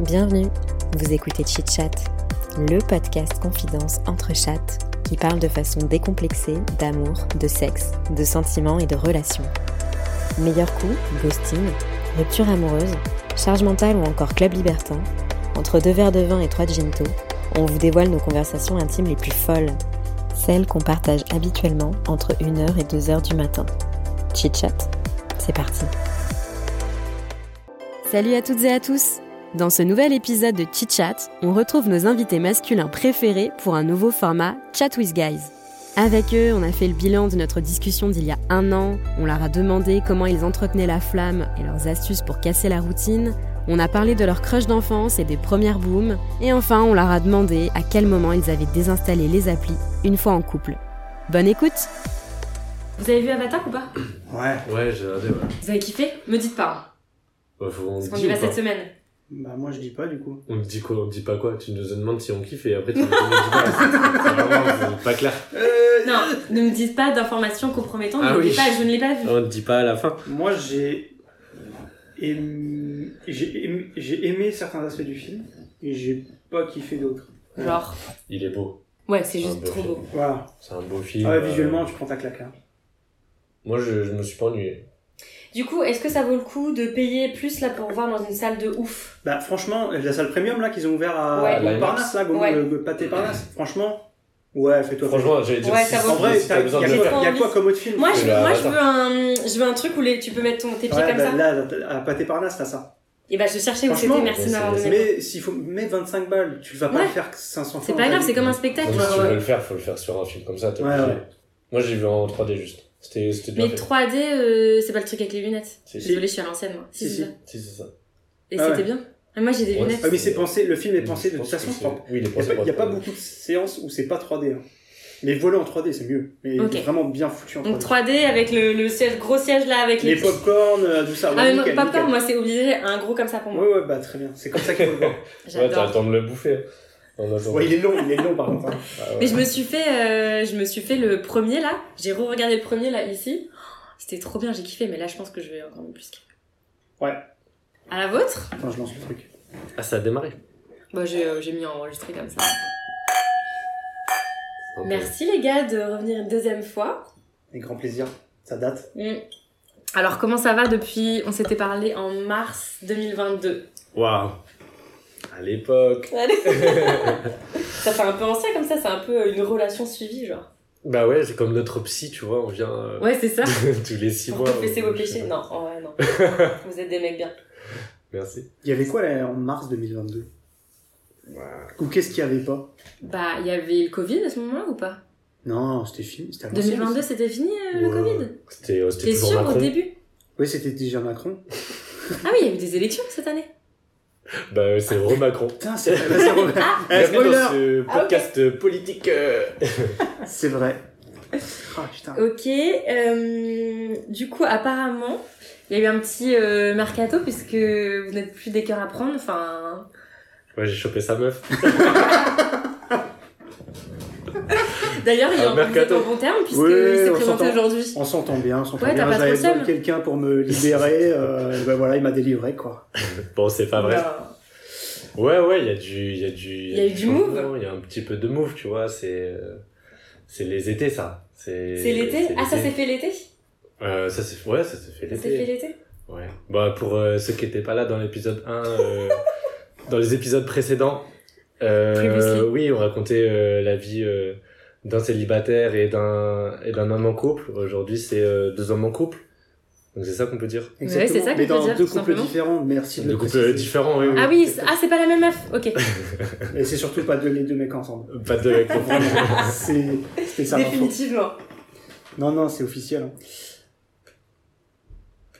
Bienvenue, vous écoutez Chit Chat, le podcast confidence entre chattes qui parle de façon décomplexée d'amour, de sexe, de sentiments et de relations. Meilleur coup, ghosting, rupture amoureuse, charge mentale ou encore club libertin, entre deux verres de vin et trois ginto, on vous dévoile nos conversations intimes les plus folles, celles qu'on partage habituellement entre 1h et 2h du matin. Chit Chat, c'est parti. Salut à toutes et à tous dans ce nouvel épisode de Chit Chat, on retrouve nos invités masculins préférés pour un nouveau format Chat with Guys. Avec eux, on a fait le bilan de notre discussion d'il y a un an, on leur a demandé comment ils entretenaient la flamme et leurs astuces pour casser la routine, on a parlé de leur crush d'enfance et des premières booms, et enfin on leur a demandé à quel moment ils avaient désinstallé les applis une fois en couple. Bonne écoute Vous avez vu Avatar ou pas Ouais, Ouais, j'ai regardé, ouais. Vous avez kiffé Me dites pas, hein, Bah, faut- on parce qu'on dit y ou va pas cette semaine. bah moi je dis pas du coup. On te dit quoi On te dit pas quoi Tu nous demandes si on kiffe et après tu nous dis pas. C'est vraiment c'est pas clair. Non, ne me dites pas d'informations compromettantes, Ah ne me dites oui. pas, je ne l'ai pas vu. On te dit pas à la fin. Moi j'ai aimé, j'ai aimé, j'ai aimé certains aspects du film et j'ai pas kiffé d'autres. Ah. Genre, Il est beau. ouais, c'est C'est un juste beau trop film. beau. Voilà. C'est un beau film. Ah ouais, euh, visuellement tu prends ta claque hein. là. Moi, je, je me suis pas ennuyé. Du coup, est-ce que ça vaut le coup de payer plus là pour voir dans une salle de ouf Bah franchement, la salle premium là qu'ils ont ouvert à Ouais. Montparnasse là, Gaumont, Ouais. le, le pâté Parnasse, franchement, ouais fais-toi plaisir. Franchement, j'allais dire Ouais, si, ça vaut En vrai, si t'as- t'as y a, besoin de J'ai le quoi- faire. trop y a envie. quoi comme autre film Moi, je, C'est la- moi je, attends. veux un, je veux un truc où les, tu peux mettre ton, tes pieds Ouais, comme bah, ça. Là, t'as- à pâté Parnasse t'as ça. Et bah, je cherchais où Franchement, c'était, merci de mais m'avoir c'est- donné. Mais s'il faut mettre 25 balles, tu vas pas Ouais. le faire 500 fois. C'est dans pas ta grave, vie. c'est comme un spectacle. Donc, si tu ouais, veux ouais. le faire, faut le faire sur un film comme ça. t'es Ouais, obligé. ouais. Moi, j'ai vu en 3D juste. C'était c'était bien Mais fait. 3D, euh, c'est pas le truc avec les lunettes. Si, si, Désolée, je suis à l'ancienne, moi. Si, Si, c'est si. ça. si, c'est ça. Et Ah ouais. c'était bien. Ah, Moi, j'ai des Ouais, lunettes. Ah, mais c'est pensé, le film est pensé de toute façon pour- Oui, il est Il pensé n'y a, pour- pas beaucoup de séances où c'est pas 3D. hein. Mais voler en 3D, c'est mieux. Mais Ok. vraiment bien foutu en 3D. Donc 3D avec le, le siège, gros siège là, avec les. Les popcorn, euh, tout ça. ah, ouais, mais moi, nickel, popcorn, nickel. moi c'est obligé, un gros comme ça pour moi. Ouais, ouais, bah très bien. C'est comme ça qu'il faut le voir. Ouais, t'as le J'adore. temps de le bouffer. hein. En attendant. Ouais, il est long, il est long par contre. hein. Ah ouais. mais je me suis fait, euh, je me suis fait le premier là. J'ai re-regardé le premier là ici. Oh, C'était trop bien, j'ai kiffé. Mais là, je pense que je vais encore me plus. kiffer. Ouais. À la vôtre Attends, je lance le truc. Ah, ça a démarré. Bah j'ai euh, j'ai mis en enregistré comme ça. Ok. Merci les gars de revenir une deuxième fois. Avec grand plaisir. Ça date. Mm. Alors comment ça va depuis On s'était parlé en mars 2022. Waouh À l'époque Allez. ça fait un peu ancien comme ça. C'est un peu euh, une relation suivie genre. Bah ouais, c'est comme notre psy, tu vois, on vient euh, Ouais, c'est ça. tous les six Pour mois. confesser vos péchés Non, en vrai, non. Vous êtes des mecs bien. Merci. Il y avait quoi là, en mars 2022 Ou qu'est-ce qu'il y avait pas Bah, il y avait le Covid à ce moment-là ou pas Non, c'était fini. C'était à l'ancienne, 2022, ça. c'était fini euh, le Ouais. Covid C'était euh, c'était T'es toujours sûr Macron. au début Oui, c'était déjà Macron. Ah oui, il y a eu des élections cette année. Bah euh, c'est re-Macron. Putain, c'est bah, c'est vrai. Ah Eh, Bienvenue dans spoiler ce Ah, ok. podcast euh, politique euh, C'est vrai. Ah putain. Ok, euh, du coup, apparemment, il y a eu un petit euh, mercato puisque vous n'êtes plus des cœurs à prendre. Enfin, Ouais, j'ai chopé sa meuf. d'ailleurs, il y Un a mercato. en bon terme puisque Ouais, il s'est on présenté s'entend. aujourd'hui. On s'entend bien, on s'entend Ouais, t'as bien. pas trop J'avais le seum. besoin de quelqu'un pour me libérer. euh, ben voilà, il m'a délivré quoi. Bon, c'est pas Ah, vrai. Bah, Ouais, ouais, il y a du... Il y a du... Il y a eu du move. changement, Il y a un petit peu de move, tu vois, c'est... euh, C'est les étés, ça. C'est C'est l'été Ah, ça s'est fait l'été Ça Euh, ça s'est Ouais, ça s'est fait s'est fait l'été. l'été Ouais. Bah, pour euh, ceux qui n'étaient pas là dans l'épisode 1, euh, dans les épisodes précédents, Previously. euh, oui, on racontait euh, la vie euh, d'un célibataire et d'un et d'un homme en couple. Aujourd'hui, c'est euh, deux hommes en couple. Donc c'est ça qu'on peut dire. Ouais, c'est ça qu'on peut Mais dans dire, deux tout couples simplement. différents, merci de Deux le couples préciser. euh, différents, oui. oui. Ah oui, c'est- ah, c'est pas la même meuf Ok. Et c'est surtout pas de, les deux mecs ensemble. Pas de comprendre. C'est- C'était ça l'info. Définitivement. Non, non, c'est officiel. hein.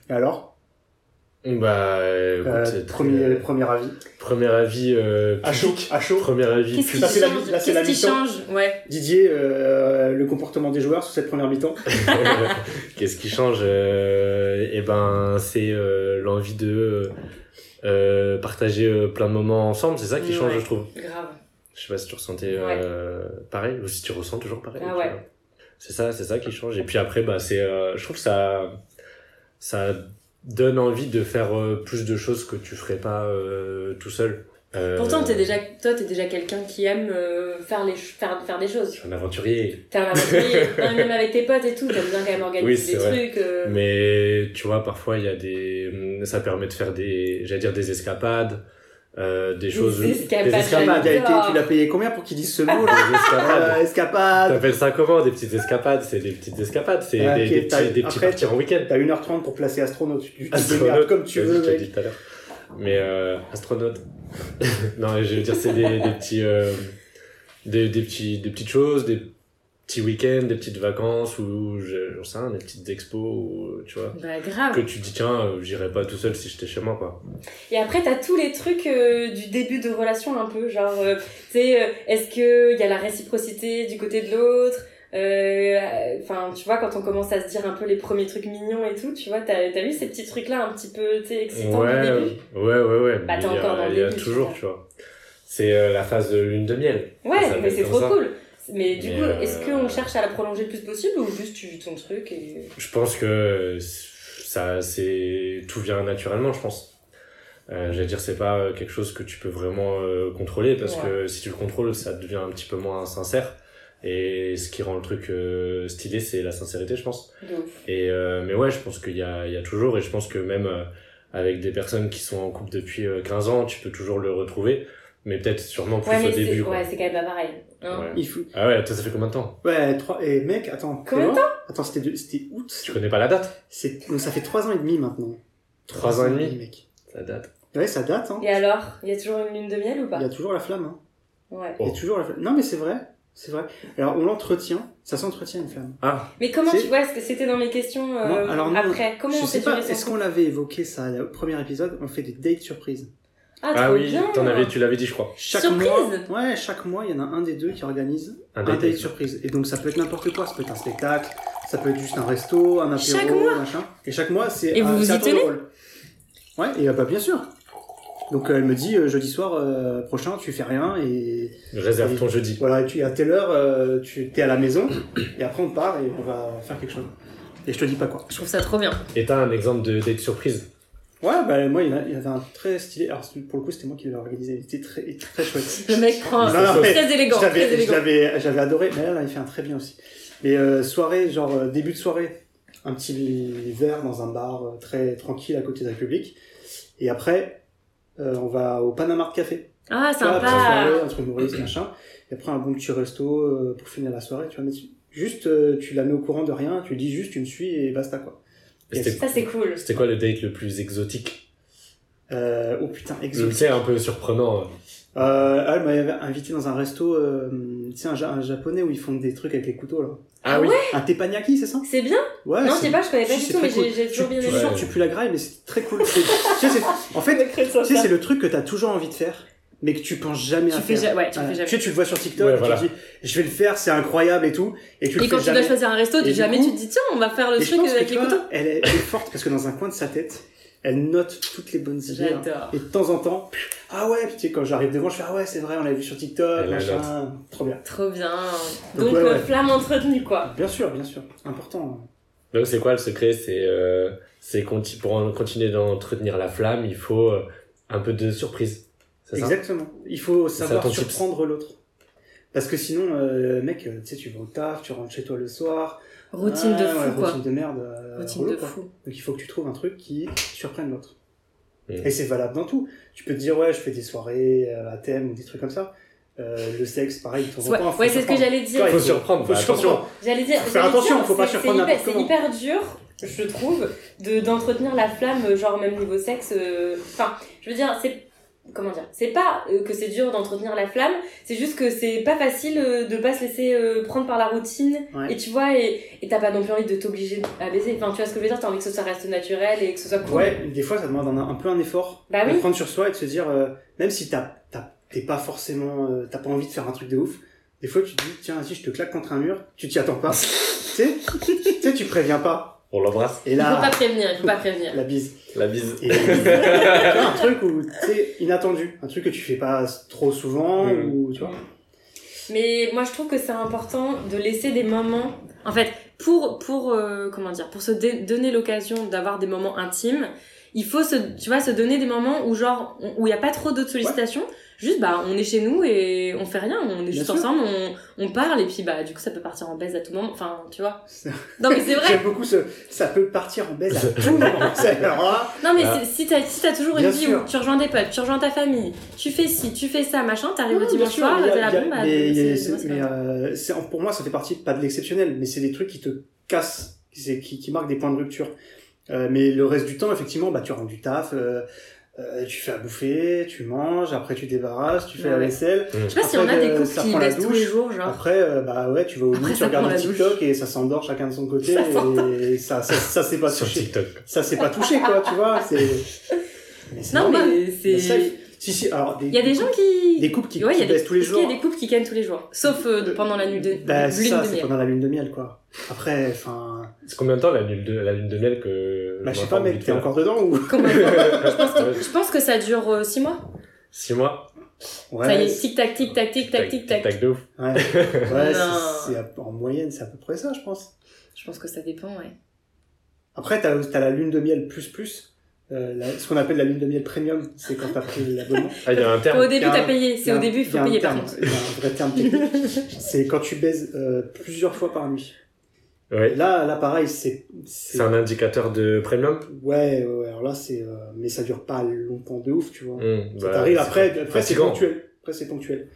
Et alors bah, euh, Euh, écoute, premier, euh, premier avis. premier avis euh, À chaud. public. À chaud. Premier avis Ah, Qu'est-ce qui public. Ça, c'est la- change là, c'est la Qu'est-ce qui mi-temps. change Ouais. Didier, euh, le comportement des joueurs sur cette première mi-temps. Qu'est-ce qui change euh, Eh ben, c'est euh, l'envie de euh, partager euh, plein de moments ensemble. C'est ça qui change, Mm, Ouais. je trouve. Grave. Je sais pas si tu ressentais euh, pareil ou si tu ressens toujours pareil. Ah tu ouais. vois. C'est ça, c'est ça qui change. Et puis après, bah, c'est, euh, je trouve que ça, ça donne envie de faire euh, plus de choses que tu ferais pas euh, tout seul. Euh, Pourtant, t'es déjà, toi, t'es déjà quelqu'un qui aime euh, faire, les, ch- faire, faire des Je choses. suis un aventurier. T'es un aventurier, non, même avec tes potes et tout, t'aimes bien quand même organiser Oui, c'est des vrai. trucs. euh, Mais tu vois, parfois, il y a des. hum, Ça permet de faire des. J'allais dire des escapades, euh, des choses. escapades, Des j'allais escapades. dire. Des T'as T'as été- été- tu l'as payé combien pour qu'il dise ce mot là escapades. Euh, Escapade T'appelles ça comment Des petites escapades C'est des petites escapades, c'est Ah, des, ok, des t'as- petits, des petits après, parties en week-end. T'as 1h30 pour placer astronaute. Tu, tu te Astronaute, démerdes comme tu vas-y, veux, je te mec. le dis tout à l'heure. Mais euh, astronaute. non, je veux dire, c'est des, des petits, euh, des, des petits, des petites choses, des petits week-ends, des petites vacances ou je- j'en sais rien, des petites expos, ou, tu vois. Bah, grave. Que tu dis tiens, euh, j'irai pas tout seul si j'étais chez moi quoi. Et après, t'as tous les trucs euh, du début de relation un peu, genre, euh, tu sais, euh, est-ce que y a la réciprocité du côté de l'autre Euh, Enfin, tu vois, quand on commence à se dire un peu les premiers trucs mignons et tout, tu vois, t'as t'as vu ces petits trucs-là un petit peu, tu sais, excitants du ouais, début ouais, ouais, ouais. Bah, mais t'es il y encore dans a, le il y a début, toujours, putain. tu vois. C'est euh, la phase de lune de miel. Ouais, Ça s'appelle mais c'est comme trop ça. cool. Mais du Mais, coup, euh, est-ce qu'on cherche à la prolonger le plus possible ou juste tu vis ton truc et... Je pense que euh, ça, c'est tout vient naturellement, je pense. Euh, J'allais dire, c'est pas euh, quelque chose que tu peux vraiment euh, contrôler parce Ouais. que si tu le contrôles, ça devient un petit peu moins sincère. Et ce qui rend le truc euh, stylé, c'est la sincérité, je pense. de ouf. Et euh, mais ouais, je pense qu'il y a, il y a toujours, et je pense que même euh, avec des personnes qui sont en couple depuis euh, 15 ans, tu peux toujours le retrouver, mais peut-être sûrement plus Ouais, au mais c'est début. quoi. ouais, c'est quand même pas pareil. hein. Ouais. Il faut... Ah ouais, toi, ça fait combien de temps Ouais, 3... Et mec, attends. Combien de t'es mort Attends, c'était de- c'était août. Tu connais pas la date C'est- Donc, ça fait 3 ans et demi maintenant. Trois Trois ans et demi. mec. La date. Ouais, ça date, hein. Et alors, il y a toujours une lune de miel ou pas Il y a toujours la flamme, hein. Ouais. Il y a Oh. toujours la flamme. Non, mais c'est vrai. C'est vrai. Alors, on l'entretient. Ça s'entretient, une flamme. Ah, Mais comment C'est- tu vois Est-ce que c'était dans mes questions euh, Non, alors nous, après Comment je on s'est sais pas, duré son est-ce qu'on l'avait évoqué, ça, au premier épisode On fait des dates surprises. Ah, ah trop oui, bien t'en avais, tu l'avais dit, je crois. Chaque Surprise mois, Ouais, chaque mois, il y en a un des deux qui organise Un un, date. date Ah, surprise. Et donc, ça peut être n'importe quoi. Ça peut être un spectacle, ça peut être juste un resto, un apéro, Chaque mois machin. Et chaque mois, c'est Et un- vous vous c'est à y tour de tenez rôle. Ouais, et euh, bah, bien sûr. Donc, euh, elle me dit, euh, jeudi soir euh, prochain, tu fais rien et Réserve ton jeudi. Voilà, tu, à telle heure, euh, tu es à la maison, et après on part et on va faire quelque chose. Et je te dis pas quoi. Je trouve ça trop bien. Et t'as un exemple de date surprise. Ouais, bah moi, il y en a- il y avait un très stylé. Alors, c'est- pour le coup, c'était moi qui l'avais organisé. Il était très, il était très chouette. Le mec prend Non, non, mais très élégant, je l'avais- très je élégant. l'avais- J'avais adoré, mais elle, elle avait fait un très bien aussi. Mais euh, soirée, genre euh, début de soirée, un petit verre dans un bar euh, très tranquille à côté de la République. Et après, euh, on va au Panama de Café. Ah, Tu vois, après la sympa soirée, un truc nourrice, machin. Et après, un bon petit resto euh, pour finir la soirée, tu vois. Mais tu- juste, euh, tu la mets au courant de rien, tu dis juste, tu me suis et basta, quoi. Et C'était Ça, c'est cool. c'était quoi le date le plus exotique Euh, oh putain, Je le exotique. sais, un peu surprenant. euh. Euh, elle m'avait invité dans un resto, euh, tu sais, un, ja- un japonais où ils font des trucs avec les couteaux, là. Ah ouais Un teppanyaki, c'est ça C'est bien Ouais. Non, je c'est- sais pas, je connais pas si, du c'est tout, très mais j'ai cool. j'ai toujours Tu- bien tu aimé. Ouais. sens que tu pues la graille, mais c'est très cool. C'est- tu sais, c'est- en fait, tu sais, c'est le truc que t'as toujours envie de faire, mais que tu penses jamais à Tu faire. fais ja- ouais, tu le Voilà. fais Tu sais, jamais. tu le vois sur TikTok, Ouais, et voilà. tu te dis, je vais le faire, c'est incroyable et tout. Et tu le Et quand fais tu jamais. dois choisir un resto, Et tu du jamais coup- tu te dis tiens, on va faire le Et je truc euh, hein. pense que, avec tu les vois, couteaux. Elle est, elle est forte parce que dans un coin de sa tête, elle note toutes les bonnes idées. hein. J'adore. Et de temps en temps, ah ouais, puis tu sais, quand j'arrive devant, je fais ah ouais, c'est vrai, on l'a vu sur TikTok, Elle la machin, trop bien. Trop bien. Donc, Donc, ouais, euh, ouais. flamme entretenue, quoi. Bien sûr, bien sûr, important. Donc c'est quoi le secret C'est euh, c'est conti- pour en- continuer d'entretenir la flamme, il faut euh, un peu de surprise. C'est ça Exactement. Il faut ça, savoir ton tips. surprendre l'autre. Parce que sinon, euh, mec, euh, tu sais, tu vas au taf, tu rentres chez toi le soir. Routine de Ah, ouais, fou, quoi. Routine de merde. euh, Routine relou, de quoi. fou. Donc il faut que tu trouves un truc qui surprenne l'autre. Mm. Et c'est valable dans tout. Tu peux te dire, ouais, je fais des soirées euh, à thème ou des trucs comme ça. Euh, le sexe, pareil, de temps en Ouais, temps, faut ouais, c'est ce que surprendre. j'allais dire. Faut surprendre, Faut bah, surprendre. attention. J'allais dire, Faut faire j'allais attention, dire, faut pas c'est- surprendre c'est hyper- n'importe C'est comment. hyper dur, je trouve, de d'entretenir la flamme, euh, genre même niveau sexe. euh, Enfin, je veux dire, c'est comment dire, c'est pas euh, que c'est dur d'entretenir la flamme, c'est juste que c'est pas facile euh, de pas se laisser euh, prendre par la routine. Ouais. Et tu vois, et et t'as pas non plus envie de t'obliger à baiser. Enfin, tu vois ce que je veux dire, t'as envie que ça reste naturel et que ce soit cool. Ouais, des fois ça demande un, un peu un effort Bah de oui. prendre sur soi et de se dire, euh, même si t'as- t'as- t'es pas forcément, euh, t'as pas envie de faire un truc de ouf, des fois tu te dis, tiens, si je te claque contre un mur, tu t'y attends pas, tu sais, tu sais, tu préviens pas. On l'embrasse. Et Il faut pas là, prévenir, il faut pas prévenir. la bise. La bise. Et tu vois, un truc où, tu sais, inattendu, un truc que tu fais pas trop souvent, Mm. ou tu vois. Mais moi, je trouve que c'est important de laisser des moments. En fait, pour pour euh, comment dire, pour se dé- donner l'occasion d'avoir des moments intimes, il faut se, tu vois, se donner des moments où genre on- où il n'y a pas trop d'autres sollicitations. juste bah on est chez nous et on fait rien, on est Bien juste sûr. ensemble, on, on parle et puis bah du coup ça peut partir en baise à tout moment. Enfin, tu vois. Non mais c'est vrai. J'aime beaucoup ce. Ça peut partir en baise à tout moment. C'est- alors là, Non mais Ah. c'est- si t'as si t'as toujours une Bah. Bien vie sûr. où tu rejoins des potes, tu rejoins ta famille, tu fais ci, tu fais ça, machin, t'arrives non, le Ah bien dimanche sûr, soir, il y a- t'es là il y a- bon bah. mais- c'est- c'est- mais c'est- c'est mais, pas grave. euh, c'est- Pour moi, ça fait partie pas de l'exceptionnel, mais c'est des trucs qui te cassent, qui, c'est- qui, qui marquent des points de rupture. Euh, mais le reste du temps, effectivement, bah, tu rends du taf, euh, euh, tu fais à bouffer, tu manges, après tu débarrasses, tu fais Ouais, la ouais. vaisselle. Je sais pas si on a après, des euh, couples ça qui prend la baissent tous les douche. jours, genre. Après, euh, bah ouais, tu vas au Après, lit, tu ça regardes prend un la douche. TikTok et ça s'endort chacun de son côté Ça et ça, ça, ça s'est pas sur touché. TikTok. Ça s'est pas touché quoi, tu vois. C'est. Mais c'est Non normal. mais Mais c'est. ça, Si si. Alors des. Il y a des gens qui. Des couples qui, Ouais, il qui y a des- baissent tous les est-ce qu'il jours. y a des couples qui cannent tous les jours, sauf euh, pendant la nuit de, Bah lune ça, de c'est miel. pendant la lune de miel quoi. Après, enfin. C'est combien de temps la lune de, la lune de miel que. Bah je sais moi, pas enfin, mec, vite t'es fait. encore dedans ou. Comment- euh, je, pense que, Ouais. je pense que ça dure 6 mois. Six mois. Ouais. ça y est, c'est- tic tac tic tac tic tac tic tac. Tac de ouf. Ouais. ouais Non. c'est- c'est à- en moyenne, c'est à peu près ça, je pense. Je pense que ça dépend, ouais. Après, t'as as la lune de miel plus plus. euh, la- ce qu'on appelle la lune de miel premium, c'est quand t'as pris l'abonnement. Ah, il y a un terme. au début, y a un- t'as payé. C'est Il y a au un- début, il y a faut un payer par terme, contre. il y a un vrai terme technique. c'est quand tu baises euh, plusieurs fois par nuit. Ouais. Là, là, pareil, c'est. c'est- C'est un indicateur de premium. Ouais, ouais, ouais, alors là, c'est. euh, Mais ça dure pas longtemps de ouf, tu vois. Hum, ça bah, t'arrive c'est après, après c'est fatigant. ponctuel. Après, c'est ponctuel.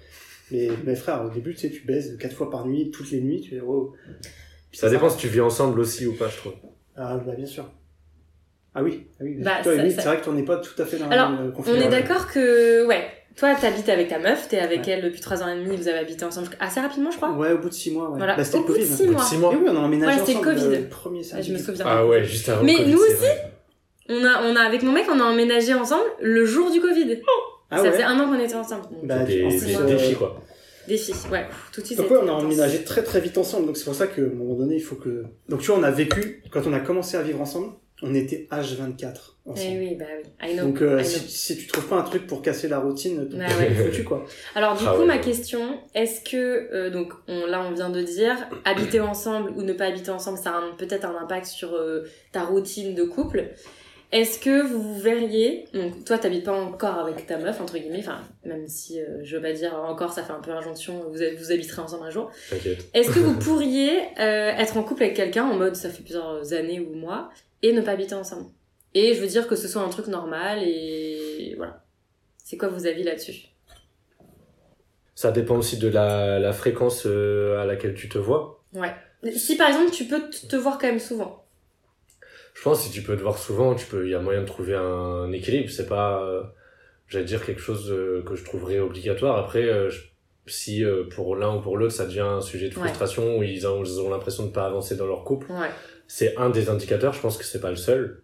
Mais, mais frère, au début, tu sais, tu baises quatre fois par nuit, toutes les nuits, tu oh. es. Wow. Ça dépend si tu vis ensemble aussi ou pas, je trouve. Ah, bah, bien sûr. Ah oui, ah oui. Bah, toi, ça- Émilie, ça- c'est vrai que t'en es pas tout à fait dans Alors, la même euh, On est configuration. d'accord que, ouais, toi, t'habites avec ta meuf, t'es avec Ouais. elle depuis 3 ans et demi, vous avez habité ensemble jusqu'- assez rapidement, je crois. Ouais, au bout de six mois, ouais. Voilà, Bah, c'était au le bout de Covid. 6 mois. Six Mais mois. oui, on a emménagé Ouais, c'était ensemble, euh, Covid. le premier Ah, je me souviens. Ah ouais, juste avant. Mais le Covid, nous c'est aussi, vrai. On a, on a, avec mon mec, on a emménagé ensemble le jour du Covid. Ah ça ouais. faisait un an qu'on était ensemble. Donc, Bah, Des, en des, plus, des euh, défis, quoi. Des filles, ouais. pff, Tout de suite, Donc ça ouais, a on été a intense. emménagé très très vite ensemble, donc c'est pour ça qu'à un moment donné, il faut que... Donc tu vois, on a vécu, quand on a commencé à vivre ensemble, on était H24 Eh ensemble. oui, bah oui, I know. Donc I euh, know. si, si tu trouves pas un truc pour casser la routine, t'es Bah ouais. foutu quoi. Alors du Ah coup, ouais. ma question, est-ce que, euh, donc on, là on vient de dire, habiter ensemble ou ne pas habiter ensemble, ça a un- peut-être un impact sur euh, ta routine de couple. Est-ce que vous vous verriez, donc toi t'habites pas encore avec ta meuf, entre guillemets, enfin même si euh, je veux pas dire encore, ça fait un peu injonction, vous, vous habiterez ensemble un jour. T'inquiète. Est-ce que vous pourriez euh, être en couple avec quelqu'un en mode ça fait plusieurs années ou mois et ne pas habiter ensemble Et je veux dire que ce soit un truc normal et voilà. C'est quoi vos avis là-dessus Ça dépend aussi de la, la fréquence euh, à laquelle tu te vois. Si par exemple tu peux t- te voir quand même souvent. Je pense que si tu peux te voir souvent, tu peux, il y a moyen de trouver un équilibre. C'est pas, euh, j'allais dire quelque chose euh, que je trouverais obligatoire. Après, euh, je- si euh, pour l'un ou pour l'autre, ça devient un sujet de Ouais. frustration où ils ont, ils ont l'impression de pas avancer dans leur couple, Ouais. c'est un des indicateurs. Je pense que c'est pas le seul,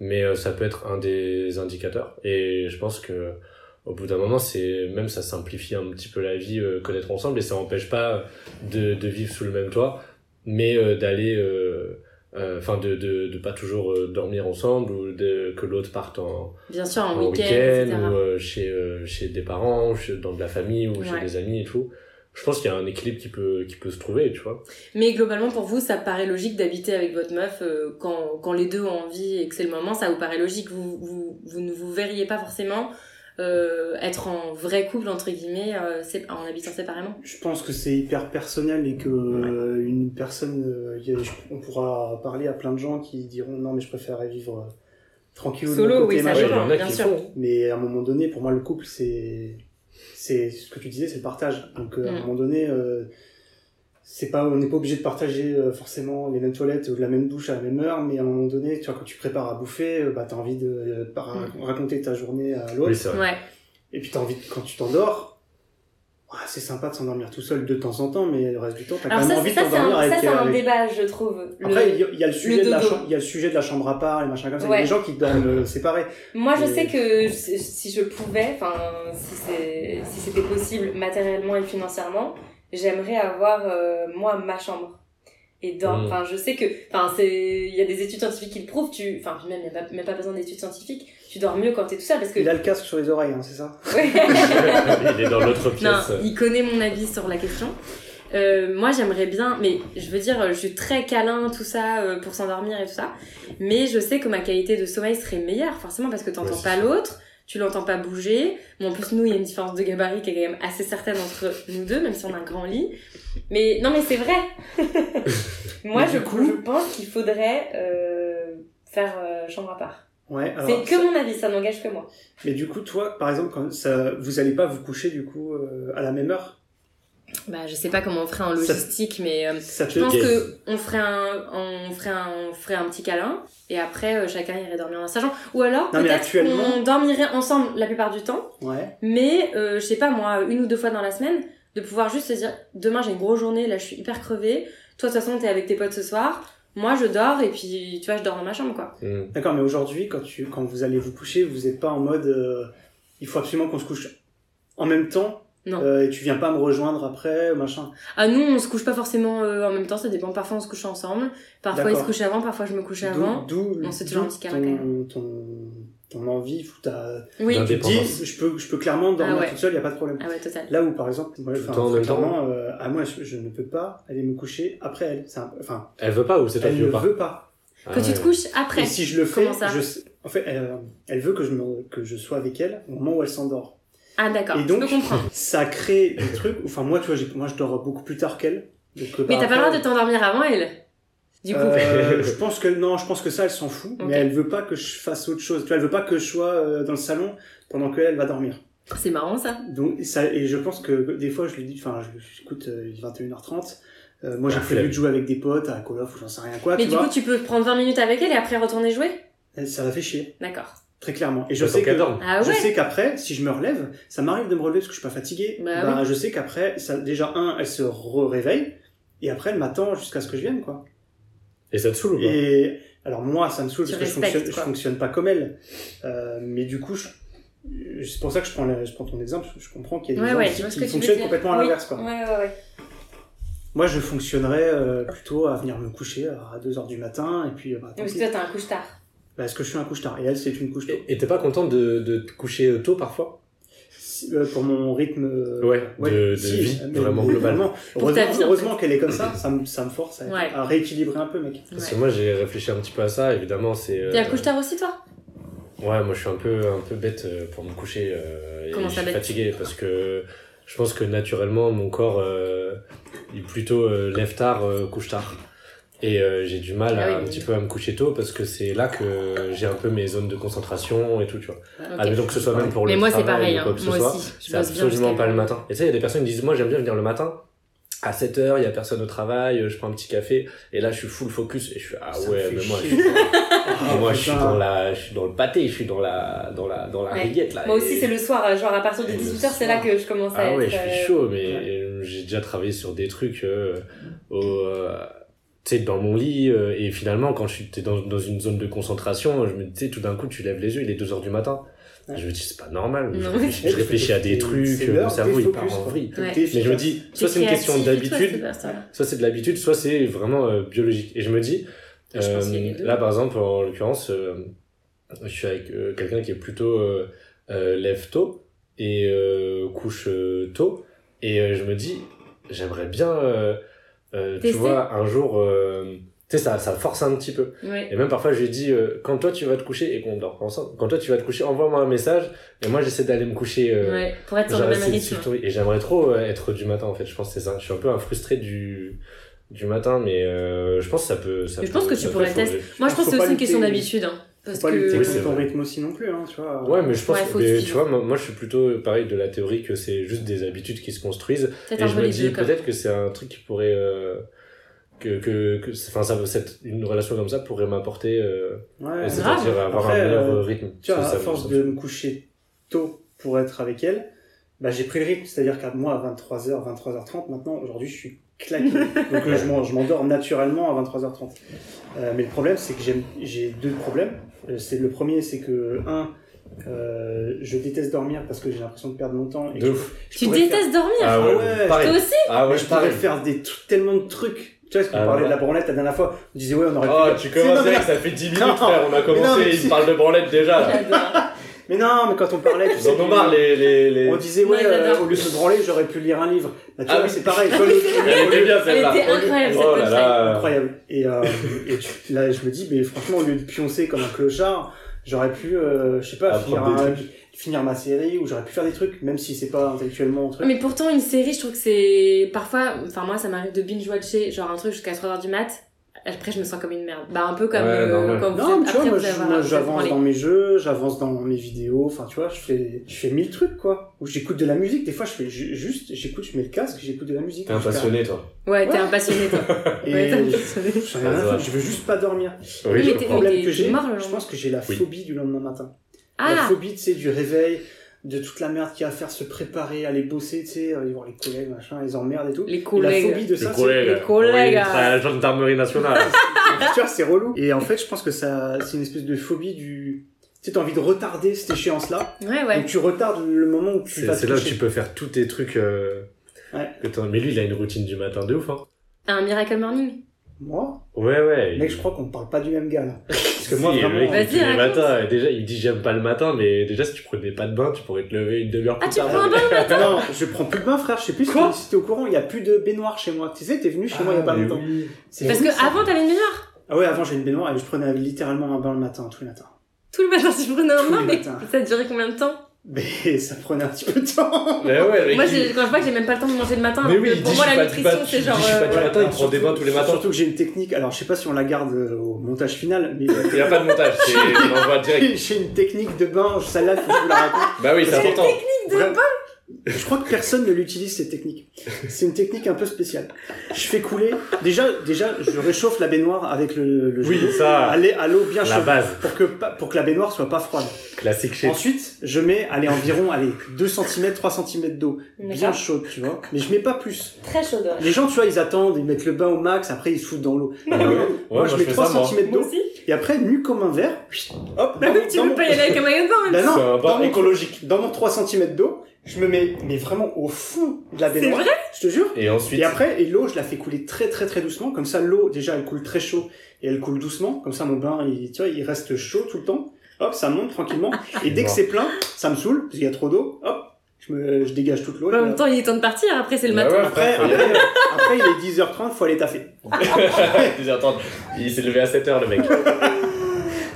mais euh, ça peut être un des indicateurs. Et je pense que au bout d'un moment, c'est même ça simplifie un petit peu la vie, euh, connaître ensemble, et ça n'empêche pas de, de vivre sous le même toit, mais euh, d'aller, euh, enfin de, de de pas toujours euh, dormir ensemble ou de, que l'autre parte en, Bien sûr, un en week-end, week-end etc. ou euh, chez euh, chez des parents, ou chez- dans de la famille ou Ouais. chez des amis et tout. Je pense qu'il y a un équilibre qui peut qui peut se trouver, tu vois. Mais globalement, pour vous, ça paraît logique d'habiter avec votre meuf euh, quand, quand les deux ont envie et que c'est le moment, ça vous paraît logique. Vous, vous, vous ne vous verriez pas forcément euh, être en vrai couple, entre guillemets, euh, sé- en habitant séparément. Je pense que c'est hyper personnel et que euh, une personne... euh, y a- je- on pourra parler à plein de gens qui diront « Non, mais je préférerais vivre euh, tranquille de mon Solo, côté, oui, ça machin. Ouais, je il y en vois, a bien qui sûr. font. Mais à un moment donné, pour moi, le couple, c'est c'est ce que tu disais, c'est le partage. Donc euh, à un Mm. moment donné, euh, c'est pas, on n'est pas obligé de partager euh, forcément les mêmes toilettes ou la même douche à la même heure, mais à un moment donné, tu vois, quand tu prépares à bouffer, euh, bah, tu as envie de euh, par- Mm. raconter ta journée à l'autre. Oui, c'est vrai. Ouais. Et puis tu as envie, de- quand tu t'endors, ah, c'est sympa de s'endormir tout seul de temps en temps, mais le reste du temps, tu as Alors quand même ça, envie c'est- de ça, c'est t'endormir un, avec, euh, ça, c'est un avec- débat, je trouve. Le- Après, il y a- il y, a le sujet de la dodo. chambre- il y a le sujet de la chambre à part, les machins comme ça. Il y Ouais. a des gens qui dorment euh, séparés. Moi, je Et- sais que si si je pouvais, enfin, si c'est- si c'était possible matériellement et financièrement, j'aimerais avoir, euh, moi, ma chambre. Et dormir. Mm. Enfin, je sais que, enfin, c'est, il y a des études scientifiques qui le prouvent, tu, enfin, puis même, il n'y a pas, même pas besoin d'études scientifiques, tu dors mieux quand t'es tout seul parce que. Il a le casque sur les oreilles, hein, c'est ça Ouais. Il est dans l'autre non, pièce. il connaît mon avis sur la question. Euh, moi, j'aimerais bien, mais je veux dire, je suis très câlin, tout ça, euh, pour s'endormir et tout ça. Mais je sais que ma qualité de sommeil serait meilleure, forcément, parce que t'entends Ouais, c'est pas sûr. l'autre, tu l'entends pas bouger. Bon, en plus, nous, il y a une différence de gabarit qui est quand même assez certaine entre nous deux, même si on a un grand lit. Mais non, mais c'est vrai. Moi, Mais je, du coup- je pense qu'il faudrait euh, faire euh, chambre à part. Ouais, alors, C'est que mon avis, ça n'engage que moi. Mais du coup, toi, par exemple, quand ça, vous allez pas vous coucher du coup euh, à la même heure Bah, je sais pas comment on ferait en Ça- logistique, mais euh, Ça te je pense Ok. que on ferait un, on ferait un, on ferait un petit câlin et après euh, chacun irait dormir dans sa chambre. Ou alors Non, mais peut-être actuellement- qu'on dormirait ensemble la plupart du temps, Ouais. mais euh, je sais pas moi, une ou deux fois dans la semaine, de pouvoir juste se dire demain j'ai une grosse journée, là je suis hyper crevée. Toi de toute façon t'es avec tes potes ce soir, moi je dors et puis tu vois je dors dans ma chambre quoi. Mm. D'accord, mais aujourd'hui, quand tu, quand vous allez vous coucher, vous n'êtes pas en mode, euh, il faut absolument qu'on se couche en même temps. Non. euh, et tu viens pas me rejoindre après, machin. Ah nous on se couche pas forcément euh, en même temps, ça dépend. Parfois on se couche ensemble, parfois il se D'accord. couche avant, parfois je me couche D'où- Bah, avant. D'où on s'est toujours d'où un petit câlin, quand ton, ton, ton envie, ou ta, Oui. Dans tu te dis, Dépendance. je peux, je peux clairement dormir Ah ouais. toute seule, il n'y a pas de problème. Ah ouais total. Là où, par exemple, moi, Tout enfin, le temps en même temps. clairement, euh, ah, moi je, je ne peux pas aller me coucher après elle. C'est un- Enfin, Elle veut pas ou c'est toi elle qui ne veux pas veut pas. Ah Que tu ouais. te couches après. Et si je le fais, Comment ça je sais- en fait, elle, elle veut que je, me- que je sois avec elle au moment où elle s'endort. Ah d'accord, Et je donc- peux comprendre. Ça crée des trucs. Enfin, moi, tu vois, j'ai- moi, je dors beaucoup plus tard qu'elle. Donc, euh, Mais bah, t'as pas le droit après, de t'endormir avant elle. Du coup. euh, je pense que non, je pense que ça, elle s'en fout. Ok. Mais elle veut pas que je fasse autre chose. Tu vois, elle veut pas que je sois euh, dans le salon pendant qu'elle va dormir. C'est marrant ça. Donc, ça, et je pense que des fois, je lui dis, enfin, je lui dis, écoute, euh, il est 21h30. euh, moi, j'ai Ah, prévu flemme. de jouer avec des potes à Call of ou j'en sais rien quoi. Mais ah, tu du vois, coup, tu peux prendre 20 minutes avec elle et après retourner jouer Et ça la fait chier, D'accord. très clairement. Et je J'attends sais que qu'elle dorme. Ah Je ouais sais qu'après, si je me relève, ça m'arrive de me relever parce que je suis pas fatigué. Bah je sais qu'après, ça, déjà un, elle se réveille et après elle m'attend jusqu'à ce que je vienne quoi. Et ça te saoule ou pas Et alors moi, ça me saoule Tu parce que je respectes, fonctionne, je quoi. fonctionne pas comme elle. Euh, mais du coup, je- c'est pour ça que je prends, la- je prends ton exemple. parce que Je comprends qu'il y a des Ouais, gens ouais, aussi je vois ce qui que tu veux fonctionnent dire. complètement à Oui. l'inverse quoi. Ouais, ouais, ouais. Moi, je fonctionnerais euh, plutôt à venir me coucher à 2h du matin et puis euh, bah, tant Parce que pis. toi, t'as un couche tard. Bah, est-ce que je suis un couche tard Et elle, c'est une couche tôt. Et et t'es pas contente de, de te coucher tôt parfois Si- euh, pour mon rythme euh, Ouais, de- de vie, mais vraiment Mm-hmm. globalement. Pour ta Heureusement, vie, en fait. heureusement qu'elle est comme ça, ça me, ça me force à, être- Ouais. à rééquilibrer un peu, mec. Ouais. Parce que moi j'ai réfléchi un petit peu à ça, évidemment c'est... euh, T'as un couche tard aussi, toi Ouais, moi je suis un peu, un peu bête euh, pour me coucher euh, et Comment je ça, suis bête fatigué parce que je pense que naturellement mon corps euh, il est plutôt euh, lève tard, euh, couche tard. Et euh, j'ai du mal Ah à, oui, un oui. petit peu à me coucher tôt parce que c'est là que j'ai un peu mes zones de concentration et tout, tu vois. Ok. Admettons que ce soit même pour Mais le moi, c'est pareil. travail ou Hein. quoi que ce Moi soit, aussi. Je c'est bosse bien absolument jusqu'à- pas le matin. Et tu sais, il y a des personnes qui disent Moi, j'aime bien venir le matin. À 7h, il y a personne au travail, je prends un petit café. Et là, je suis full focus. Et je suis Ah Ça me ouais, fait mais moi, je chier. suis, Ah, moi, je suis putain. dans, la, je suis dans le pâté, je suis dans la, dans la, dans la Ouais. rillette. Là, Moi Et- aussi, c'est le soir. euh, Genre, à partir de Et le 18h, c'est là soir. que je commence à Ah ouais, être. je suis euh, chaud, mais euh, j'ai déjà travaillé sur des trucs euh, au, euh, tu sais, dans mon lit. euh, et finalement, quand je suis t'es dans, dans une zone de concentration, je me dis, tu sais, tout d'un coup, tu lèves les yeux, il est 2h du matin. Ouais. Je me dis, c'est pas normal. Je Non. réfléchis- je réfléchis à des C'est trucs, euh, l'heure mon cerveau, des il part focus, en quoi. vrille. T'es Ouais. Mais je me efficace. dis, t'es soit c'est une question créatif et tout, d'habitude, c'est ça. soit c'est de l'habitude, soit c'est vraiment euh, biologique. Et je me dis, Je pense euh, qu'il y a les deux. là par exemple, en l'occurrence, euh, je suis avec euh, quelqu'un qui est plutôt euh, euh, lève tôt et euh, couche euh, tôt. Et euh, je me dis, j'aimerais bien, euh, euh, tu Tester. vois, un jour, euh, tu sais, ça, ça force un petit peu. Ouais. Et même parfois, je lui dis, euh, quand toi tu vas te coucher, et qu'on dort pas ensemble, quand toi tu vas te coucher, envoie-moi un message, et moi j'essaie d'aller me coucher. euh, Ouais, pour être sur genre, le même essayer de rythme. suivre ton rythme. Et j'aimerais trop euh, être du matin, en fait, je pense que c'est ça. Je suis un peu un frustré du, du matin, mais euh, je pense que ça peut. Ça Mais je peut- pense que ça tu peut pourrais changer. Moi, je pense que Faut c'est pas aussi une question lutter. d'habitude. hein, Parce Faut pas lutter Oui, que. c'est contre ton vrai. rythme aussi non plus, hein, tu vois. Ouais, mais je pense Ouais, que faut mais suivre. tu vois, moi, moi, je suis plutôt euh, pareil de la théorie que c'est juste des habitudes qui se construisent. Peut-être Et un je peu me les dis deux, comme peut-être que c'est un truc qui pourrait. euh, que, que, que- enfin, ça, cette, une relation comme ça pourrait m'apporter. euh, Ouais. Et Grave. C'est-à-dire avoir Après, un meilleur euh, euh, rythme. Tu vois, Parce à que ça- force ça- de me coucher tôt pour être avec elle, bah, j'ai pris le rythme. C'est-à-dire qu'à moi, à 23h, 23h30, maintenant, aujourd'hui, je suis claqué. Donc, euh, je m'en- je m'endors naturellement à 23h30. Euh, mais le problème, c'est que j'aime- j'ai deux problèmes. Euh, c'est le premier, c'est que, un, euh, je déteste dormir parce que j'ai l'impression de perdre mon temps. Et De que ouf. je- je Tu pourrais faire- détestes dormir Ah ouais, pareil. Toi aussi Ah Mais ouais, je pourrais pareil. faire des tru- tellement de trucs. Tu vois, parce qu'on Ah parlait ouais. de la branlette la dernière fois. On disait, ouais, on aurait Oh, pu. tu C'est- non, commences mais avec non, ça fait 10 minutes, Non. frère. On a non, mais commencé, c'est- ils parlent de branlette déjà. là. J'adore. Mais non, mais quand on parlait, tu Ils sais, en ont du- marre, les. les, les... On disait, ouais, Ouais, j'adore. euh, au lieu de se branler, j'aurais pu lire un livre. Bah, tu Ah vois, oui. c'est pareil. Toi, le- Elle était bien celle-là. Elle était incroyable, cette Oh là là. Incroyable. Et, euh, et tu- là, je me dis, mais franchement, au lieu de pioncer comme un clochard, J'aurais pu, euh, je sais pas, finir, Apprendre des un- finir ma série ou j'aurais pu faire des trucs, même si c'est pas intellectuellement un truc. Mais pourtant, une série, je trouve que c'est. Parfois, enfin, moi, ça m'arrive de binge-watcher, genre un truc jusqu'à 3h du mat. Après, je me sens comme une merde. Bah, un peu comme Ouais, euh, normal. quand vous Non, êtes- mais tu vois, après, moi, vous je- avez- moi, vous êtes j'avance branlé. dans mes jeux, j'avance dans mes vidéos, enfin, tu vois, je fais, je fais mille trucs, quoi. Ou j'écoute de la musique, des fois, je fais ju- juste, j'écoute, je mets le casque, j'écoute de la musique. T'es un jusqu'à- passionné, toi. Ouais, t'es Ouais. un passionné, toi. Et Ouais, t'es un je- passionné. j'en ai Ah, rien à foutre, je veux juste pas dormir. Oui, je mais t'es- comprends. problème t'es- que t'es j'ai, mort le je lendemain. pense que j'ai la Oui. phobie du lendemain matin. La euh. Ah phobie, tu sais, du réveil, de toute la merde qu'il y a à faire, se préparer, aller bosser, tu sais, aller voir les collègues, machin, les emmerdes et tout. Les Et la collègues. phobie de Le ça, c'est collègue. les collègues. Oui, à la gendarmerie nationale. tu vois, c'est relou. Et en fait, je pense que ça, c'est une espèce de phobie du. Tu sais, t'as envie de retarder cette échéance-là. Ouais, ouais. Donc tu retardes le moment où tu c'est vas te c'est là où coucher. tu peux faire tous tes trucs. euh, Ouais. que t'en- mais lui, il a une routine du matin de ouf. Hein. Un Miracle Morning. Moi, Ouais, ouais. mec, je crois qu'on parle pas du même gars là. Parce que moi, Si, le mec, vraiment. il Vas-y, dit le raconte. matin, déjà, il me dit j'aime pas le matin, mais déjà, si tu prenais pas de bain, tu pourrais te lever une demi-heure Ah, plus tu tard. prends un bain Non, je prends plus de bain, frère. Je sais plus si Quoi t'es- si t'es au courant. Il y a plus de baignoire chez moi. Tu sais, t'es venu chez moi il y a pas mais longtemps. oui. C'est Parce fou, que ça. avant, t'avais une demi-heure. Ah ouais, avant j'ai une baignoire et je prenais littéralement un bain le matin, tous les matins. Tout le matin, tu prenais un Tous bain, les mais matins. ça durait combien de temps Mais ça prenait un petit peu de temps. Mais ouais, mais Moi, qui- j'ai- quand je vois que j'ai même pas le temps de manger le matin. Mais alors oui, que il pour dit, moi, je la suis pas du nutrition, bat, c'est il genre. dit, je suis pas du euh, bat. matin, il prend des bains tous les matins. Surtout que j'ai une technique. Alors, je sais pas si on la garde euh, au montage final, mais Il y a pas de montage, c'est- on envoie direct. j'ai une technique de bain. Celle-là, faut que je vous la raconte. Bah oui, c'est Parce que- important. de Vra- Je crois que personne ne l'utilise cette technique. C'est une technique un peu spéciale. Je fais couler. Déjà, déjà, je réchauffe la baignoire avec le, le Oui, genou. ça, Allez, à l'eau bien la chaude base, pour que pa- pour que la baignoire soit pas froide. classique chez Ensuite, je mets allez environ allez 2 cm 3 cm d'eau bien D'accord. chaude, tu vois. Mais je mets pas plus. Très chaud ouais. Les gens, tu vois, ils attendent, ils mettent le bain au max, après ils se foutent dans l'eau. Ouais, ouais, ouais, moi, je mets fais 3 ça, moi. cm Moi d'eau aussi. et après nu comme un verre. Hop, Bah, dans même mon- tu dans veux mon- pas y aller avec un maillot de bain, même. Bah non, C'est un dans bain mon- écologique. dans mon 3 cm d'eau, je me mets mais vraiment au fond de la C'est baignoire. vrai Je te jure. Et ensuite, Et après, et l'eau, je la fais couler très très très doucement. Comme ça, l'eau, déjà, elle coule très chaud et elle coule doucement. Comme ça, mon bain, il, tu vois, il reste chaud tout le temps. Hop, ça monte tranquillement. Ah. Et Ah. dès que c'est plein, ça me saoule parce qu'il y a trop d'eau. Hop, je, me, je dégage toute l'eau. Bah, En Et même temps, il est temps de partir, après, c'est le Bah matin. ouais. Après, Faut y après, après, il est 10h30, faut aller taffer. Ils attendent. Il s'est levé à 7h le mec.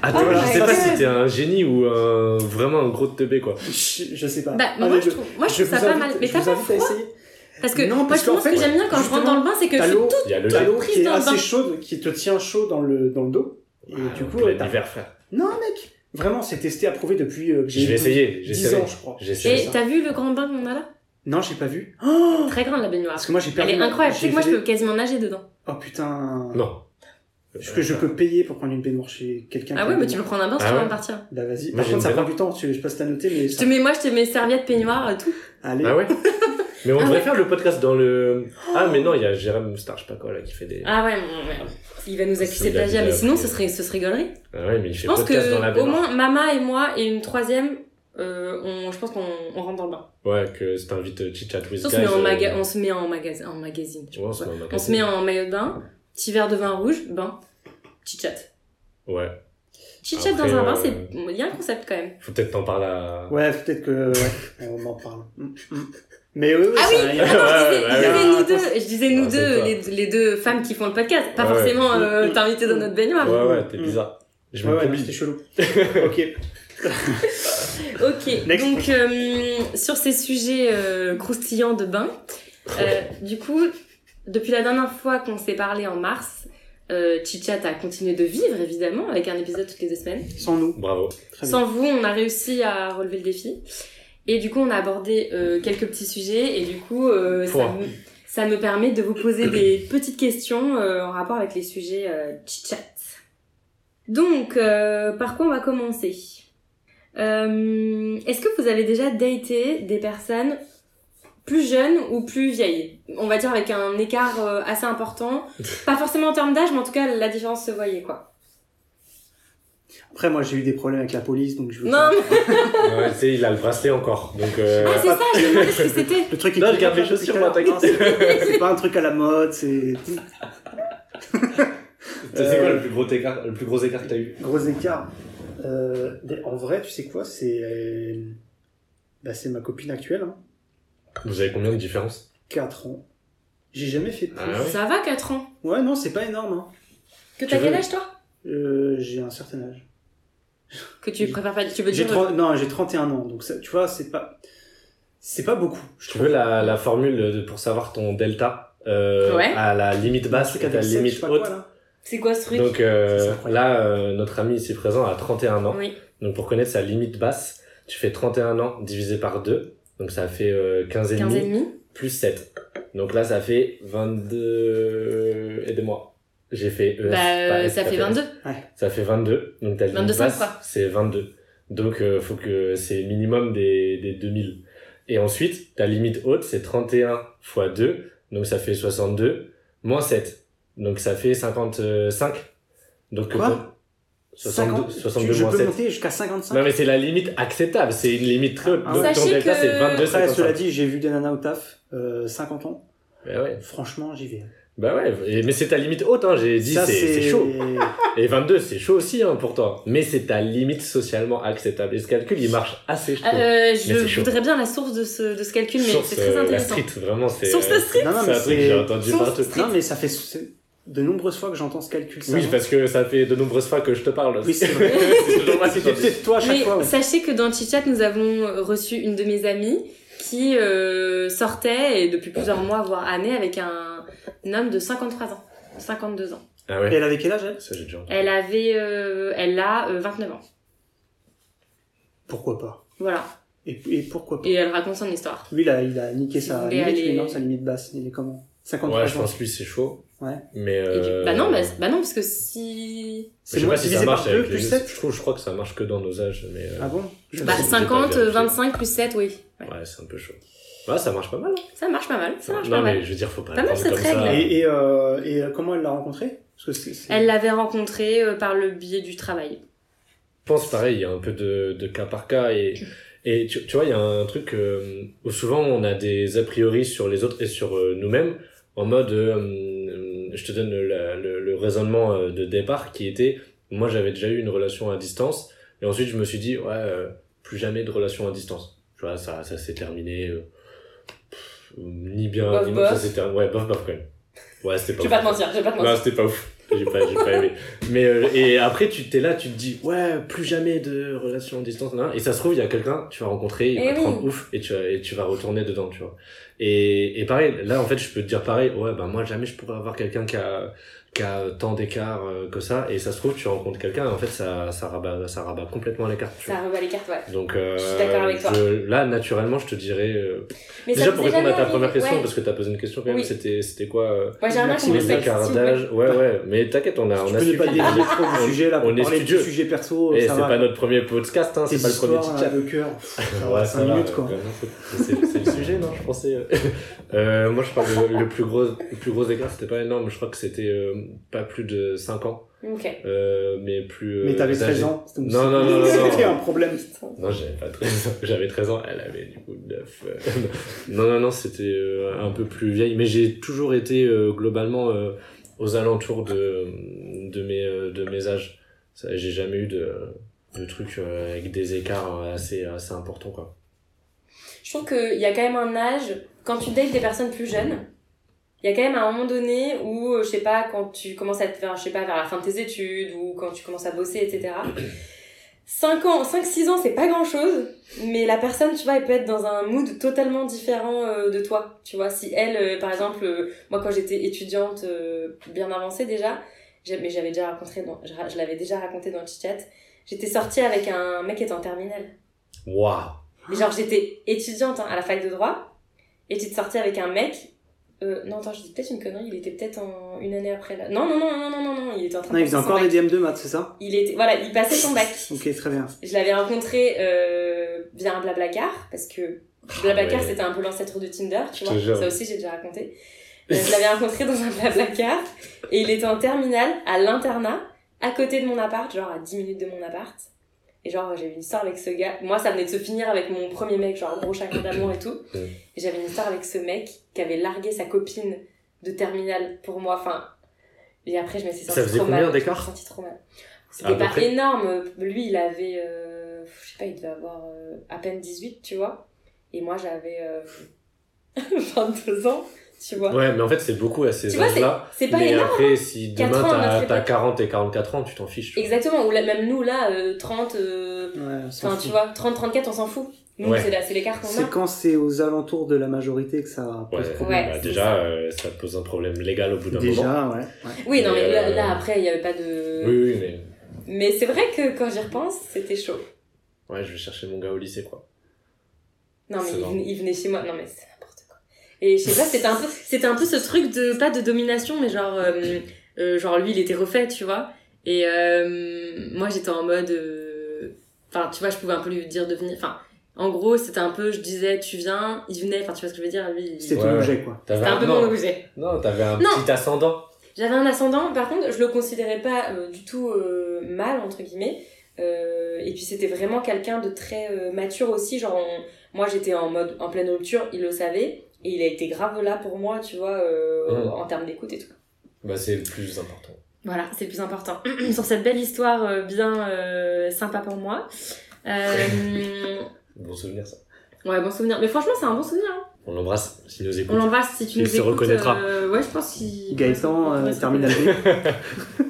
Attends, Oh Ah, je sais my pas God. si t'es un génie ou un- vraiment un gros teubé quoi. Je, je sais pas. Bah, Un moi, des je deux. trouve, moi, je trouve vous ça pas invite- mal. Mais je t'as vous pas invite à froid essayer. Parce que Non, moi, parce je qu'en pense fait, que j'aime bien quand je justement, rentre dans le bain, c'est que je T'as suis l'eau, Il y a le t'as l'eau prise qui est dans le bain. assez chaude, qui te tient chaud dans le, dans le dos. Et euh, du coup, t'as- l'hiver frère. Non, mec. Vraiment, c'est testé, approuvé depuis euh, que j'ai Je vais essayer. 10 J'essaierai. ans, je crois. J'essaierai. Et ça. t'as vu le grand bain qu'on a là Non, j'ai pas vu. Très grande la baignoire. Parce que moi j'ai Elle perdu. est incroyable. Tu sais J'ai que moi, je fait- peux quasiment nager dedans. Oh putain. Non. Parce que je peux payer pour prendre une baignoire chez quelqu'un. Ah qui ouais, a mais une tu peux prendre un bain si Ah tu veux ouais. en partir. baignoire. Bah vas-y. Moi, Par contre, j'ai une ça prend baignoire. du temps. Tu... Je sais pas si t'as noté, mais. Je Ça... te mets, moi, je te mets serviette, peignoir, euh, tout. Allez. Ah ouais Mais on Ah devrait ouais. faire le podcast dans le. Ah Oh. mais non, il y a Jérôme Star, je sais pas quoi là, qui fait des. Ah, Ah ouais, mon merde. Il va nous C'est accuser de de la plagiat, mais vidéo, sinon, après. ce serait, ce serait galerie. Ah ouais, mais il fait Je pense podcast dans la que, au baignoire. moins, Mama et moi, et une troisième, euh, on, je pense qu'on on rentre dans le bain. Ouais, que c'est un vite chit chat with On se guys, met en, euh, maga- on se met en, magas- en magazine. je ouais, on sais se pas. met en On se met en maillot de bain, petit verre de vin rouge, bain, chit-chat. Ouais. Chit-chat Après, dans un bain, euh, c'est il y a un concept quand même. Faut peut-être t'en parler à. Ouais, peut-être que. Ouais. on en parle. Mm, mm. Mais oui, oui, Ah ça- oui, y a- attends, je disais, ouais, je ouais. disais Ah, nous deux, je disais nous Ah, c'est deux, toi. les, les deux femmes qui font le podcast, pas Ouais, ouais. forcément euh, Mm. t'inviter dans notre baignoire. Ouais, ouais, t'es Mm. bizarre. Je Ouais, me ouais, non, combine. c'était chelou. ok. Ok, Next. donc euh, sur ces sujets euh, croustillants de bain, euh, du coup, depuis la dernière fois qu'on s'est parlé en mars, euh, Chitchat a continué de vivre évidemment avec un épisode toutes les deux semaines. Sans nous. Bravo. Très bien. Sans vous, on a réussi à relever le défi. Et du coup, on a abordé euh, quelques petits sujets. Et du coup, euh, ça, Pouah. me, ça me permet de vous poser des petites questions euh, en rapport avec les sujets euh, chit-chat. Donc, euh, par quoi on va commencer Euh, Est-ce que vous avez déjà daté des personnes plus jeunes ou plus vieilles On va dire avec un écart euh, assez important. Pas forcément en termes d'âge, mais en tout cas, la différence se voyait, quoi. Après, moi j'ai eu des problèmes avec la police, donc je veux. Non, pas- mais... Ouais, tu sais, il a le bracelet encore. Donc, euh, Ah, c'est ça, je me demandais ce que c'était Le truc est Non, je qui- garde les depuis chaussures, tout à l'heure. moi, t'inquiète. Non, C'est c'est pas un truc à la mode, c'est. c'est c'est quoi le plus, gros écart, le plus gros écart que t'as eu Gros écart. Euh, mais en vrai, tu sais quoi, c'est. euh, Bah, c'est ma copine actuelle, hein, Vous avez combien de différences 4 ans. J'ai jamais fait de plus. Ah ouais Ça va, 4 ans. ouais, non, c'est pas énorme. Hein. Que Tu t'as quel veux- âge, toi Euh, j'ai un certain âge. Que tu préfères pas. Tu veux J'ai dire. euh, tren- non, j'ai 31 ans, donc ça, tu vois, c'est pas, c'est pas beaucoup. Je Tu trouve. veux la, la formule de- pour savoir ton delta euh, Ouais. à la limite Un basse truc et à avec la sept, je limite sais pas haute. quoi, là. C'est quoi ce truc Donc euh, C'est incroyable. là, euh, notre ami ici présent a 31 ans. euh, Oui. Donc pour connaître sa limite basse, tu fais 31 ans divisé par 2. Donc ça fait euh, 15 et 15 et demi demi. plus 7. Donc là, ça fait 22... Aidez-moi. J'ai fait ES. Bah, euh, pas F, ça fait ES. 22. Ça fait 22. Donc ta limite 22, cinq basse, fois. c'est 22. Donc euh, faut que c'est minimum des, des 2000. Et ensuite, ta limite haute, c'est 31 fois 2. Donc ça fait 62 moins 7. Donc ça fait 55. Donc Quoi euh, 62, 50 62 je moins peux 7. monter jusqu'à 55. Non mais c'est la limite acceptable, c'est une limite très haute. Ah, Donc ton Sachez delta que- c'est 22 Après, 55. cela dit, j'ai vu des nanas au taf, euh, 50 ans. Bah ouais. Franchement, j'y vais. Bah ouais, et- mais c'est ta limite haute hein, j'ai dit Ça, c'est c'est chaud. Moi, Et 22 c'est chaud aussi hein, pour toi. Mais c'est ta limite socialement acceptable. Et ce calcul il marche assez je trouve. Euh, je c'est chaud. voudrais bien la source de ce, de ce calcul, mais Source, c'est très euh, la intéressant. street, vraiment c'est euh, Source de street c'est Non, non, mais un truc que c'est- j'ai entendu source partout. street. Non, mais ça fait c'est de nombreuses fois que j'entends ce calcul. ça, Oui, non parce que ça fait de nombreuses fois que je te parle. Oui, c'est vrai. C'est toujours moi qui C'était t'en dis. peut-être toi à chaque Mais fois. ouais. sachez que dans Chitchat, nous avons reçu une de mes amies qui euh, sortait et depuis plusieurs mois, voire années, avec un, un homme de 53 ans. 52 ans. Ah Et ouais. Elle avait quel âge, elle Ça j'ai déjà entendu. Elle avait, euh, elle a euh, 29 ans. Pourquoi pas Voilà. et, et pourquoi pas Et elle raconte son histoire. Lui, là, il a niqué Si sa vous limite, voulez mais non, aller- sa limite basse. Il est comment 53 Ouais, je ans. pense que lui c'est chaud. Ouais. Mais Et du- euh... Bah non, bah, bah non, parce que si. Je C'est sais moins pas si ça divisé par marche 2 avec plus les... 7 Je trouve, je crois que ça marche que dans nos âges, mais. euh, Ah bon Je Bah sais pas, j'ai pas 50, vérifié. 25 plus 7, oui. Ouais. Ouais, c'est un peu chaud. Bah, ça marche pas mal. hein. Ça marche pas mal. Ça marche non, pas mais mal. je veux dire, faut pas, Pas le mal, prendre cette comme ça. règle. Et, et, euh, et, euh, comment elle l'a rencontré Parce que c'est- c'est- Elle l'avait rencontré euh, par le biais du travail. Je pense pareil, il y a un peu de, de cas par cas et, et tu, tu vois, il y a un truc euh, où souvent on a des a priori sur les autres et sur euh, nous-mêmes en mode, euh, hum, je te donne la- le, le raisonnement euh, de départ qui était, moi j'avais déjà eu une relation à distance et ensuite je me suis dit, ouais, euh, plus jamais de relation à distance. Tu vois, ça, ça s'est terminé, euh, pff, ni bien, Bof, ni non, ça bof. s'est terminé. Ouais, bof, bof quand même. Ouais, c'était pas Je vais pas te ouf. mentir, je vais pas te Non, mentir. c'était pas ouf. J'ai pas, j'ai pas aimé. Mais euh, et après, tu t'es là, tu te dis, ouais, plus jamais de relation à distance. nan, nan. Et ça se trouve, il y a quelqu'un, tu vas rencontrer, il Eh va te oui. rendre ouf, et tu, vas- et tu vas retourner dedans, tu vois. Et, et pareil, là, en fait, je peux te dire pareil, ouais, ben moi, jamais je pourrais avoir quelqu'un qui a, qui a tant d'écart euh, que ça. Et ça se trouve, tu rencontres quelqu'un, et en fait, ça, ça rabat, ça rabat complètement l'écart, tu Ça vois. revoit les cartes, ouais. Donc, euh, Je suis d'accord avec toi. je- là, naturellement, je te dirais, euh, Mais déjà ça pour vous est répondre à ta jamais première arrivé, question, ouais. parce que t'as posé une question quand même, Oui. c'était, c'était quoi, euh, Moi, j'ai rien Merci, compris. les Maxime. écarts d'âge, ouais, ouais, mais t'inquiète, Euh, on a, on Tu a peux ne pas suivi. dévier trop On- du sujet là on pour est parler de studieux. sujet perso. Eh, c'est ça va. pas notre premier podcast, hein, c'est Tes pas le premier histoires, chat. là, de cœur. Ça va, cinq minutes quoi. C'est c'est le sujet, non Je pensais. euh, euh, moi, je parle de- le plus gros, le plus gros écart, c'était pas énorme, je crois que c'était euh, pas plus de 5 ans, Ok. euh, mais plus. euh, Mais t'avais âgé. 13 ans. c'était- Non, non, non, non, C'était non. un problème. Non, j'avais pas 13 ans. J'avais 13 ans, elle avait du coup 9. euh, non, non, non, c'était euh, un peu plus vieille. Mais j'ai toujours été euh, globalement euh, aux alentours de, de, mes, euh, de mes âges. Ça, J'ai jamais eu de, de trucs euh, avec des écarts euh, assez, assez importants, quoi. Je trouve qu'il y a quand même un âge, quand tu dates des personnes plus jeunes, il y a quand même un moment donné où, euh, je sais pas, quand tu commences à te faire, je sais pas, vers la fin de tes études ou quand tu commences à bosser, etc. 5 ans, 5-6 ans, c'est pas grand chose, mais la personne, tu vois, elle peut être dans un mood totalement différent euh, de toi. Tu vois, si elle, euh, par exemple, euh, moi quand j'étais étudiante euh, bien avancée déjà, j'ai- mais j'avais déjà raconté dans, je, ra- je l'avais déjà raconté dans le chat, j'étais sortie avec un mec qui était en terminale. Waouh! Mais genre, j'étais étudiante hein, à la fac de droit, et j'étais sortie avec un mec. Euh, non, attends, je dis peut-être une connerie, il était peut-être en... une année après là. Non, non, non, non, non, non, non, il était en train Non, il de passer faisait son encore bac. des DM2 maths, c'est ça Il était... Voilà, il passait son bac. Ok, très bien. Je l'avais rencontré euh, via un Blablacar, parce que Blablacar, Ah ouais. c'était un peu l'ancêtre de Tinder, tu Je vois. te jure. Ça aussi, j'ai déjà raconté. Euh, je l'avais rencontré dans un Blablacar, et il était en terminale, à l'internat, à côté de mon appart, genre à 10 minutes de mon appart. Et genre, j'avais une histoire avec ce gars. Moi, ça venait de se finir avec mon premier mec, genre gros chagrin d'amour et tout. Mm. Et j'avais une histoire avec ce mec qui avait largué sa copine de terminale pour moi. Enfin, et après, je me suis Ça sentie faisait trop combien mal. Je me suis d'écart sentie trop mal. À C'était peu pas près. énorme. Lui, il avait, euh, je sais pas, il devait avoir euh, à peine 18, tu vois. Et moi, j'avais euh, 22 ans. tu vois. Ouais, mais en fait, c'est beaucoup à ces Tu vois, âges-là. c'est pas mais énorme. hein. après, si Quatre demain ans, notre t'as époque. t'as 40 et 44 ans, tu t'en fiches. tu vois. Exactement, ou là, même nous, là, euh, 30, euh, Ouais, on s'en enfin, fout. tu vois, 30, 34, on s'en fout. Nous, Ouais. c'est la- c'est l'écart qu'on a. C'est quand c'est aux alentours de la majorité que ça pose Ouais, problème. Ouais, bah, c'est déjà, ça. euh, ça pose un problème légal au bout d'un moment. Déjà, ouais. ouais. Oui, non, mais Et, là, euh, là, après, il n'y avait pas de. Oui, oui, mais Mais c'est vrai que quand j'y repense, c'était chaud. ouais, je vais chercher mon gars au lycée, quoi. Non, mais C'est il, marrant. venait- il venait chez moi. Non, mais c'est n'importe quoi. Et je sais pas, c'était un, peu, c'était un peu ce truc de. Pas de domination, mais genre. euh, euh, genre, lui, il était refait, tu vois. Et euh, moi, j'étais en mode. euh, Enfin, tu vois, je pouvais un peu lui dire de venir. Enfin, en gros, c'était un peu. Je disais, tu viens, il venait. Enfin, tu vois ce que je veux dire Lui, il- c'était C'était Ouais, ton ouais. objet, quoi. T'avais un peu non, mon objet. Non, t'avais un Non. petit ascendant. J'avais un ascendant, par contre, je le considérais pas euh, du tout euh, mal, entre guillemets. Euh, et puis c'était vraiment quelqu'un de très euh, mature aussi. Genre, on- moi j'étais en mode en pleine rupture, il le savait. Et il a été grave là pour moi, tu vois, euh, Mm. en termes d'écoute et tout. Bah, c'est le plus important. Voilà, c'est le plus important. Sur cette belle histoire euh, bien euh, sympa pour moi. Euh, Bon souvenir, ça. ouais, bon souvenir. Mais franchement, c'est un bon souvenir. hein. On l'embrasse s'il nous On écoute. l'embrasse si tu Il nous se écoutes, reconnaîtra. euh, ouais, je pense qu'il. Gaëtan, euh, Terminal B.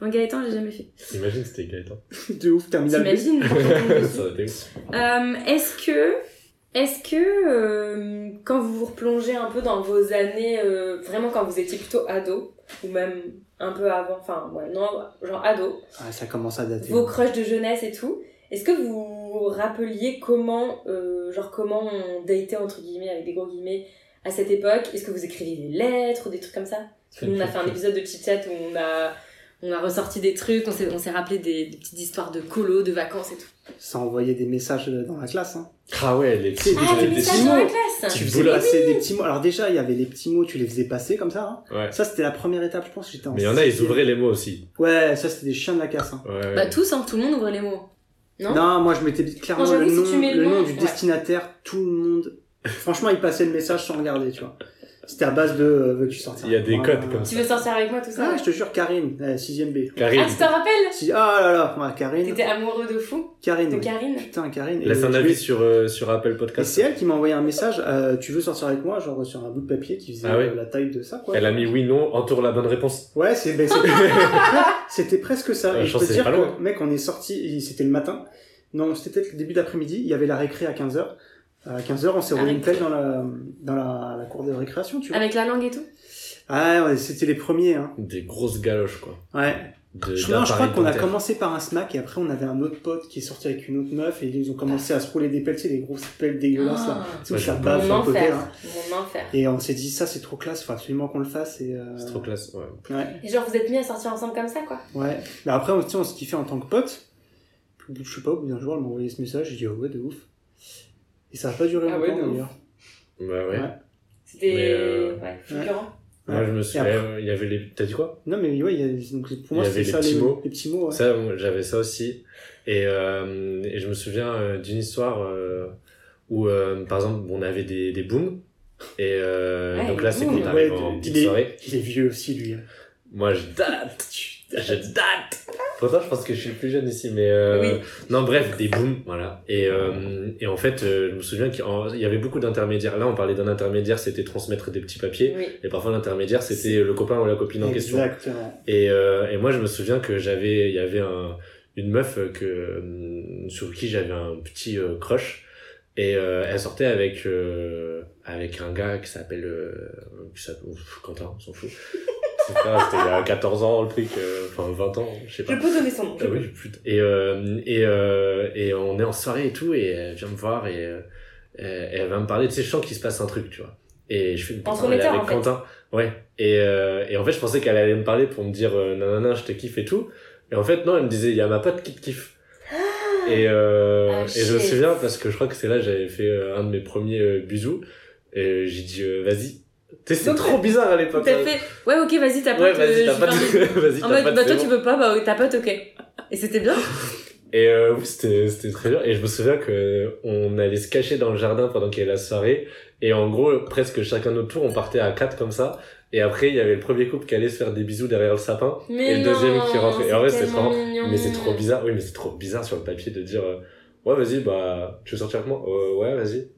Non, Gaëtan, j'ai jamais fait. Imagine, c'était Gaëtan. De ouf, Terminal B. T'imagines ça aurait été ouf. Euh, est-ce que, est-ce que euh, quand vous vous replongez un peu dans vos années, euh, vraiment quand vous étiez plutôt ado, ou même un peu avant, enfin, ouais, non, genre ado, Ah, ça commence à dater. vos crushs de jeunesse et tout, est-ce que vous vous rappeliez comment, euh, genre comment on datait entre guillemets, avec des gros guillemets, à cette époque Est-ce que vous écriviez des lettres ou des trucs comme ça Parce que nous, on a fait un épisode de Chit Chat où on a, on a ressorti des trucs, on s'est, on s'est rappelé des, des petites histoires de colo, de vacances et tout. Ça envoyait des messages dans la classe. Hein. Ah ouais, les petits. Ah, les les messages petits dans la mots. classe Tu Tu faisais boules. passer des petits mots. Alors déjà, il y avait les petits mots, tu les faisais passer comme ça. hein. Ouais. Ça, c'était la première étape, je pense. J'étais en Mais il y en a, ils sixième. ouvraient les mots aussi. Ouais, ça, c'était des chiens de la casse. hein. Ouais, ouais. Bah tous, hein, tout le monde ouvre les mots. Non Non, moi, je mettais clairement Non, le j'avoue, si nom, tu mets le le nom nom, du ouais. destinataire, tout le monde. Franchement, ils passaient le message sans regarder, tu vois. C'était à base de euh, veux-tu sortir Il y a avec des moi codes comme Tu veux sortir avec moi, tout ça Ah, je te jure, Karine, euh, 6ème B. Karine, Ah, tu te rappelles Si- Ah là là, ouais, Karine. T'étais amoureux de fou Karine. de oui. Karine Putain, Karine. laisse Et un je avis lui- sur, euh, sur Apple Et Podcast. c'est elle qui m'a envoyé un message, euh, tu veux sortir avec moi, genre sur un bout de papier qui faisait Ah ouais. euh, la taille de ça, quoi. Elle a mis oui, non, entoure la bonne réponse. Ouais, c'est, ben, c'est- c'était presque ça. Ouais, Et je je pense peux que te c'est dire pas loin. que, mec, on est sorti, c'était le matin. Non, c'était peut-être le début d'après-midi. Il y avait la récré à 15h. À 15h, on s'est La roulé une récré. pelle dans la, dans la, la cour de récréation, tu vois. Avec la langue et tout Ah ouais, c'était les premiers, hein. Des grosses galoches, quoi. Ouais. De, Je, non, je crois d'appareils qu'on a dentaires. commencé par un smack et après on avait un autre pote qui est sorti avec une autre meuf et ils ont commencé à se rouler des pelles, tu sais, des grosses pelles dégueulasses, là. Ah, Tu sais, où Ouais, ça je- bave Mon sur le côté, enfer, hein. là. mon enfer. Et on s'est dit, ça c'est trop classe, faut absolument qu'on le fasse. Et, euh, C'est trop classe, ouais. Ouais, Et genre, vous êtes mis à sortir ensemble comme ça, quoi ouais. Mais après, on, tu sais, on se kiffait en tant que pote. Puis, au bout de- Je sais pas, au bout d'un jour, elle m'a envoyé ce message, j'ai dit, ah ouais, de ouf. Et ça a pas duré Ah ouais, longtemps de ouf. d'ailleurs. Bah ouais. Ouais. C'était. Mais, euh, Ouais, fulgurant. Moi, je me Et après- souviens, euh, il y avait les. T'as dit quoi Non, mais ouais, il y a- donc, pour moi, Il y c'était avait les ça, petits les, mots. les petits mots. ouais. Ça, moi, j'avais ça aussi. Et, euh, et je me souviens euh, d'une histoire euh, où, euh, par exemple, on avait des, des booms. Et euh, Ouais, donc les là, c'est booms. quand t'arrives Ouais, en des- petite des- soirée. Il est vieux aussi, lui. Moi, je date. Je date. Pourtant, je pense que je suis le plus jeune ici, mais euh, Oui. non, bref, des booms, voilà. Et, euh, et en fait, euh, je me souviens qu'il en- il y avait beaucoup d'intermédiaires. Là, on parlait d'un intermédiaire, c'était transmettre des petits papiers. Oui. Et parfois, l'intermédiaire, c'était le copain ou la copine en question. Exactement. Et, euh, et moi, je me souviens que j'avais, il y avait un, une meuf euh, que, euh, sur qui j'avais un petit euh, crush. Et euh, elle sortait avec, euh, avec un gars qui s'appelle euh, qui s'appelle- ouf, Quentin, on s'en fout. C'est pas, C'était il y a 14 ans, le truc, euh, enfin 20 ans, je sais Je pas. peux donner son nom. Ah oui, putain. Et, euh, et, euh, et on est en soirée et tout, et elle vient me voir et euh, elle elle va me parler, tu sais, je sens qu'il se passe un truc, tu vois. Et je fais putain, elle est Entremetteur, avec en fait. Quentin. Ouais. Et, euh, et en fait, je pensais qu'elle allait me parler pour me dire euh, nanana, je te kiffe et tout. Et en fait, non, elle me disait, il y a ma pote qui te kiffe. Et, euh, Ah, et je me shit. souviens parce que je crois que c'est là que j'avais fait euh, un de mes premiers euh, bisous. Et j'ai dit, euh, vas-y. Tu sais, c'est Donc, trop bizarre à T'as l'époque. hein. fait. Ouais, ok, vas-y, euh, t'as Ouais, pas vas-y, t'as pas de. de. Vas-y, En t'as pas mode, de. bah toi c'est tu bon. veux pas, bah t'as pote, ok. Et c'était bien Et euh, oui, c'était c'était très dur. Et je me souviens que on allait se cacher dans le jardin pendant qu'il y avait la soirée. Et en gros, presque chacun de notre tour, on partait à quatre comme ça. Et après, il y avait le premier couple qui allait se faire des bisous derrière le sapin. Mais Et le deuxième non, qui rentre. Et en vrai, c'est tellement vraiment- mignon. Mais c'est trop bizarre. Oui, mais c'est trop bizarre sur le papier de dire euh, ouais, vas-y, bah tu veux sortir avec moi Euh, Ouais, vas-y.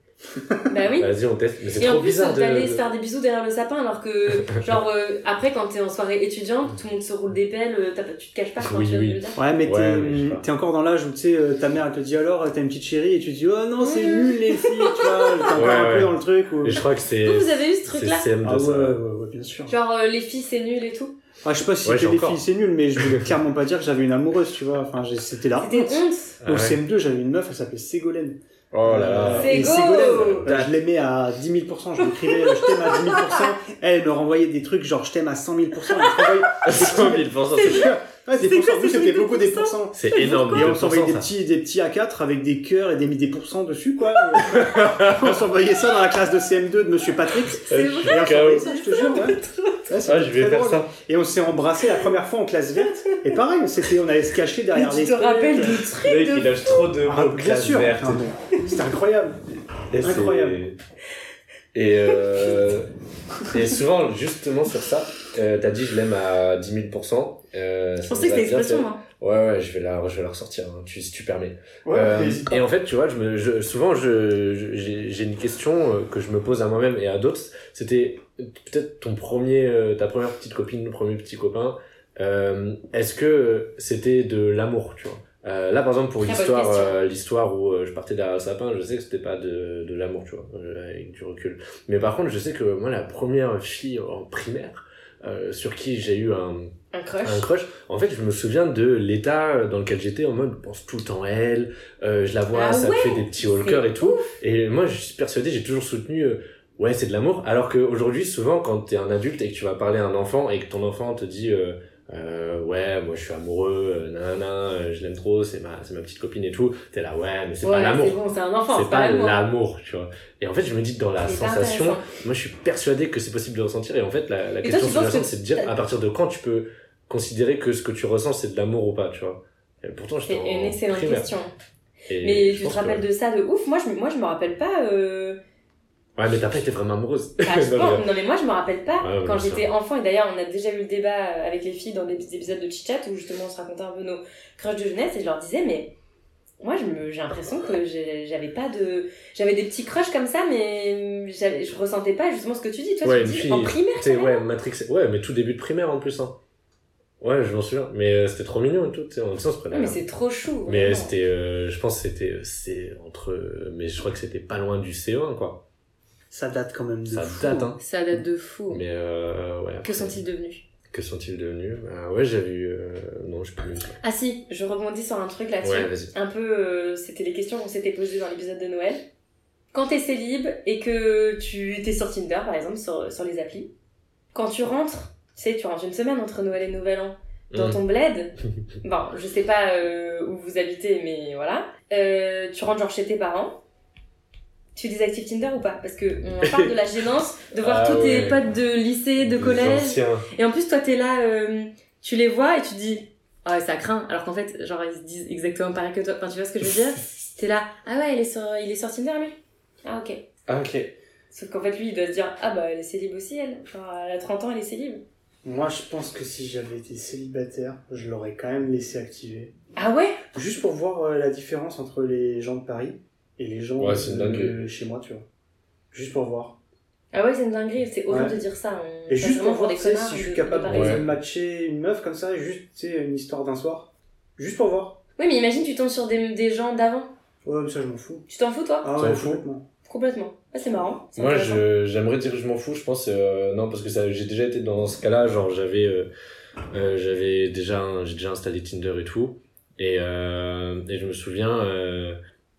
Bah oui. Vas-y, on teste. Mais c'est Et trop en plus, bizarre de. d'aller se faire des bisous derrière le sapin, alors que, genre, euh, après, quand t'es en soirée étudiante, tout le monde se roule des pelles, euh, t'as pas- tu te caches pas quand Oui, tu vas oui. le dire. Ouais, mais Ouais, t'es- mais je sais pas. t'es encore dans l'âge où tu sais, euh, ta mère elle te dit alors, euh, t'as une petite chérie, et tu dis oh non, c'est nul les filles, tu vois, t'es encore Ouais, un peu ouais. dans le truc. Ou... Et je crois que c'est. Vous, vous avez eu ce C'est truc-là CM2, Ah ouais, ça. ouais, ouais, bien sûr. Genre, euh, les filles, c'est nul et tout. Ah, je sais pas si Ouais, j'ai c'était des encore. filles, c'est nul, mais je voulais clairement pas dire que j'avais une amoureuse, tu vois. Enfin, j'ai- c'était là. C'était une honte. Ah Au ouais. CM2, j'avais une meuf, elle s'appelait Ségolène. Oh là là. Et Ségo Ségolène, euh, je l'aimais à 10 000%, je lui écrivais euh, je t'aime à 10 000%. Elle elle me renvoyait des trucs genre je t'aime à 100 000%. Elle me renvoyait- 100 000 c'est- Ouais, des C'est quoi pourcents, ces nous c'était trucs de beaucoup des pourcents pourcents. C'est énorme. Et on 2%, s'envoyait des ça. petits, des petits A4 avec des cœurs et des, des pourcents dessus, quoi. on s'envoyait ça dans la classe de CM2 de Monsieur Patrick. Euh, C'est je suis Et on s'envoyait KO. ça, je te jure, ouais. Ouais, c'était Ah, je vais très faire drôle. ça. Et on s'est embrassé la première fois en classe verte. Et pareil, c'était, on allait se cacher derrière Tu les te rappelles du Le truc mec, il de... lâche trop de Ah, mots. bien classe sûr. verte. Enfin, mais C'était incroyable. Et c'est- Incroyable. Et, euh, et souvent, justement, sur ça, euh, t'as dit je l'aime à 10 000%. Euh, Je pensais que c'était l'expression, hein. Ouais, ouais, je vais la, je vais la ressortir, hein, tu, si tu permets. Ouais, Euh, n'hésite pas. et en fait, tu vois, je me, je, souvent, je- je- j'ai j'ai une question euh, que je me pose à moi-même et à d'autres. C'était peut-être ton premier, euh, ta première petite copine, le premier petit copain. Euh, Est-ce que c'était de l'amour, tu vois Euh, Là, par exemple, pour Très bonne l'histoire, question. euh, l'histoire où euh, je partais derrière le sapin, je sais que c'était pas de, de l'amour, tu vois, euh, avec du recul. Mais par contre, je sais que moi, la première fille en primaire euh, sur qui j'ai eu un Un crush. un crush. En fait, je me souviens de l'état dans lequel j'étais en mode, je pense tout le temps à elle, euh, je la vois, Ah ça me ouais, fait des petits walkers c'est et tout. Et moi, je suis persuadé, j'ai toujours soutenu, euh, ouais, c'est de l'amour. Alors qu'aujourd'hui, souvent, quand t'es un adulte et que tu vas parler à un enfant et que ton enfant te dit, euh, euh, ouais, moi je suis amoureux, euh, nanana, euh, je l'aime trop, c'est ma, c'est ma petite copine et tout. T'es là, ouais, mais c'est pas Ouais, l'amour. c'est bon, c'est un enfant, c'est pas l'amour. l'amour, tu vois. Et en fait, je me dis que dans la C'est pas sensation, intéressant. moi, je suis persuadé que c'est possible de ressentir. Et en fait, la, toi, la question tu penses sous-jacente, que c'est de dire à partir de quand tu peux considérer que ce que tu ressens, c'est de l'amour ou pas, tu vois. Et pourtant, C'est j'étais en une excellente Oh, primaire. question. Et Mais je tu te pense que- rappelles de ça de ouf Moi, je, me- moi, je me rappelle pas. Euh... Ouais, mais t'as pas été vraiment amoureuse. Bah, je pense- Non, mais- Ah, non mais moi je me rappelle pas Ouais, ouais, quand bien sûr. j'étais enfant et d'ailleurs on a déjà eu le débat euh, avec les filles dans des petits épisodes de chit-chat où justement on se racontait un peu nos crushs de jeunesse et je leur disais mais moi je me- j'ai l'impression que j'ai- j'avais pas de j'avais des petits crushs comme ça mais j'avais- je ressentais pas justement ce que tu dis toi Ouais, tu une dis fille, en primaire T'sais, carrément. ouais, Matrix, ouais, mais tout début de primaire en plus, hein. Ouais, je m'en souviens. Mais euh, c'était trop mignon et tout, tu sais. En même temps, on se prenait Non, mais la- c'est trop chou Mais vraiment. c'était, euh, je pense que c'était, euh, c'est entre, euh, mais je crois que c'était pas loin du CE1, quoi. Ça date quand même de Ça fou. date, hein. ça date de fou Mais euh, ouais. que après- sont-ils devenus Que sont-ils devenus Ah ouais, j'avais eu. euh, Non, je peux plus. ah si je rebondis sur un truc là-dessus Ouais, vas-y. un peu, euh, c'était les questions qu'on s'était posées dans l'épisode de Noël. Quand t'es célib et que tu t'es sur Tinder, par exemple, sur, sur les applis, quand tu rentres, tu sais, tu rentres une semaine entre Noël et Nouvel An dans Mm. ton bled, bon, je sais pas euh, où vous habitez, mais voilà, Euh, tu rentres genre chez tes parents, tu désactives Tinder ou pas Parce que on parle de la gênance de voir Ah tous ouais. tes potes de lycée, de Les collège. anciens. Et en plus, toi, t'es là, euh, tu les vois et tu dis, ah ouais, ça craint. Alors qu'en fait, genre, ils se disent exactement pareil que toi. Enfin, tu vois ce que je veux dire T'es là, ah ouais, il est, sur, il est sur Tinder, lui Ah, ok. Ah, ok. Sauf qu'en fait, lui, il doit se dire, ah bah, elle est célib aussi, elle. Genre, elle a 30 ans, elle est célib. Moi, je pense que si j'avais été célibataire, je l'aurais quand même laissé activer. Ah ouais Juste pour voir euh, la différence entre les gens de Paris et les gens Ouais, c'est une de, dinguerie. de chez moi, tu vois. Juste pour voir. Ah ouais, c'est une dinguerie, c'est horrible Ouais. de dire ça. hein. On Et passe juste vraiment pour voir tu sais, connards hein, si je de- suis de capable de Parisiens. Ouais. matcher une meuf comme ça, juste, tu sais, une histoire d'un soir. Juste pour voir. Oui, mais imagine, tu tombes sur des, des gens d'avant. Ouais, mais ça, je m'en fous. Tu t'en fous, toi Ah T'en ouais, fous complètement. Complètement. Ah, c'est marrant. c'est Moi, intéressant. je- j'aimerais dire que je m'en fous, je pense. euh, non, parce que ça- j'ai déjà été dans ce cas-là, genre j'avais euh, euh, j'avais déjà, un- j'ai déjà installé Tinder et tout. Et, euh, et je me souviens euh,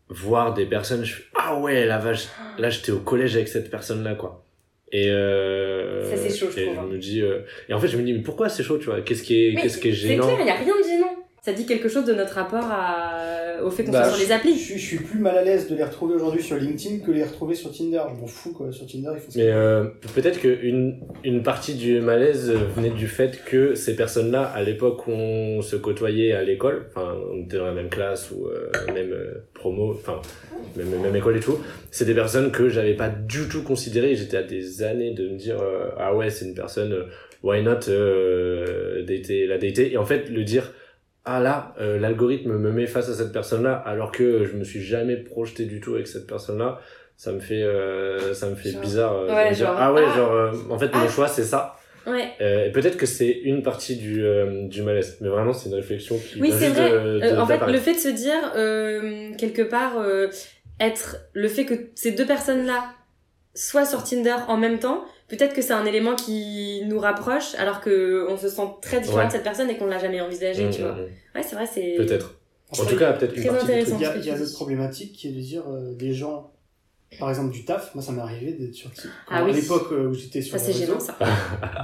voir des personnes, je fais, ah ouais, la vache, là j'étais au collège avec cette personne-là, quoi. Et euh, Ça, c'est chaud, je et trouve, hein. je me dis euh, et en fait je me dis mais pourquoi c'est chaud tu vois qu'est-ce qui est Mais qu'est-ce qui est C'est gênant clair, il n'y a rien de gênant. Ça dit quelque chose de notre rapport à... au fait qu'on Bah, soit sur les Je applis. suis, je suis plus mal à l'aise de les retrouver aujourd'hui sur LinkedIn que les retrouver sur Tinder. Je m'en fous quoi, sur Tinder ils font ça. Mais euh, peut-être qu'une une partie du malaise venait du fait que ces personnes-là, à l'époque où on se côtoyait à l'école, enfin, on était dans la même classe ou euh, même euh, promo, enfin, même, même école et tout, c'est des personnes que j'avais pas du tout considérées. J'étais à des années de me dire, euh, ah ouais, c'est une personne, euh, why not euh, dater, la dater Et en fait, le dire, ah là, euh, l'algorithme me met face à cette personne-là, alors que je me suis jamais projeté du tout avec cette personne-là ça me fait, euh, ça me fait Genre. bizarre. euh, de Ouais, me dire, genre, ah ouais, ah. genre, euh, en fait, Ah. mon choix, c'est ça. Ouais. Euh, et peut-être que c'est une partie du, euh, du malaise. Mais vraiment, c'est une réflexion qui Oui, vient c'est juste vrai. de- Euh, de- en fait, le d'apparaître. fait de se dire, euh, quelque part, euh, être le fait que ces deux personnes-là soient sur Tinder en même temps, peut-être que c'est un élément qui nous rapproche, alors que on se sent très différent Ouais. de cette personne et qu'on l'a jamais envisagé, Mm, tu mm, vois. mm. Ouais, c'est vrai, c'est. Peut-être. En Après, tout cas, peut-être une très partie du intéressant. truc. Il y a, ce que il y a tu notre dis. problématique qui est de dire euh, des gens, par exemple du taf, moi ça m'est arrivé d'être sur Tinder. Ah à oui. l'époque euh, où j'étais sur Ça, les c'est réseaux, gênant, ça.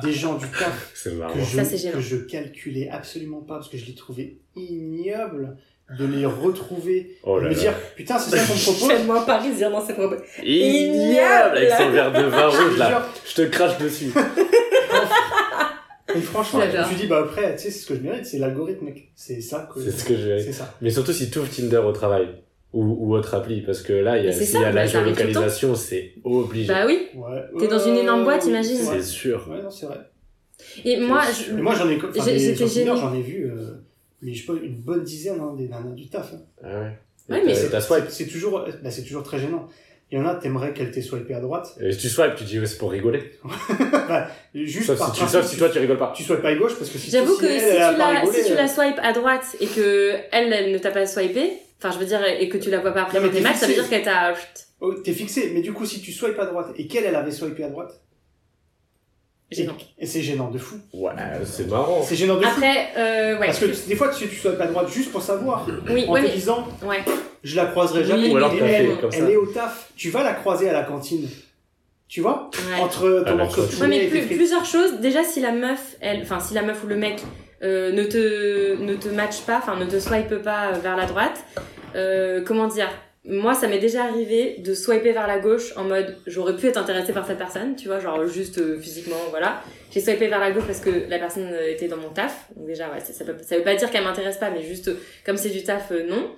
des gens du taf C'est marrant. que je, Ça, c'est gênant. que je calculais absolument pas parce que je les trouvais ignobles de les retrouver, Oh de là me là. dire putain c'est ça qu'on me propose. Fais-moi parisien dans ses propos. Ignoble Ignoble Avec son verre de vin rouge, là. Genre, Je te crache dessus. Et franchement, Ouais, je me genre. suis dit bah après, tu sais, c'est ce que je mérite, c'est l'algorithme, mec. C'est ça que. C'est ce que je vais C'est ça. Mais surtout si tu ouvres Tinder au travail ou, ou autre appli, parce que là, il y Mais a, c'est s'il y ça, a la mais ça arrive tout le temps. géolocalisation, c'est obligé. Bah oui. Ouais. T'es dans une énorme boîte, Euh, imagine. c'est vrai. c'est sûr. Ouais, non, c'est vrai. Et moi, C'est je- sûr. Mais moi, j'en ai, enfin, J'ai- des- j'étais sur Tinder, gênée. j'en ai vu, euh, mais je sais pas, une bonne dizaine hein, des nanas du taf. hein. Ah ouais. Ouais, Et mais- t'as- C'est t'as swipe. c'est toujours, euh, bah, c'est toujours très gênant. Il y en a, t'aimerais qu'elle t'ait swipé à droite. Et si tu swipes, tu dis ouais, c'est pour rigoler. Juste Sauf par si, tu, principe, sauf si toi, tu rigoles pas. tu swipes à gauche parce que si j'avoue si que elle, si elle tu, a pas la, rigolé, si tu euh, la swipes à droite et que elle, elle ne t'a pas swipé, enfin, je veux dire, et que tu la vois pas après Non, mais dans tes t'es matchs, ça veut fixé. dire qu'elle t'a. oh, t'es fixé. Mais du coup, si tu swipes à droite et qu'elle, elle avait swipé à droite, et, Gênant. et c'est gênant de fou. Ouais, c'est marrant. C'est gênant de fou. Après, euh, ouais. Parce que des fois, tu, tu swipes à droite juste pour savoir, Oui, en ouais, te mais- disant, ouais. je la croiserai Oui, jamais. Ou alors Et t'as elle, fait comme ça. elle est au taf. Tu vas la croiser à la cantine. Tu vois Ouais. Entre À ton la morceau de cantine. Ouais, poulet mais et tes plus- frites. plusieurs choses. Déjà, si la meuf, elle, enfin, si la meuf ou le mec euh, ne te ne te match pas, enfin, ne te swipe pas euh, vers la droite, euh, comment dire Moi, ça m'est déjà arrivé de swiper vers la gauche en mode j'aurais pu être intéressée par cette personne, tu vois, genre juste euh, physiquement, voilà. J'ai swipé vers la gauche parce que la personne euh, était dans mon taf. Donc déjà, ouais, ça, ça, peut- ça veut pas dire qu'elle m'intéresse pas, mais juste euh, comme c'est du taf, euh, non.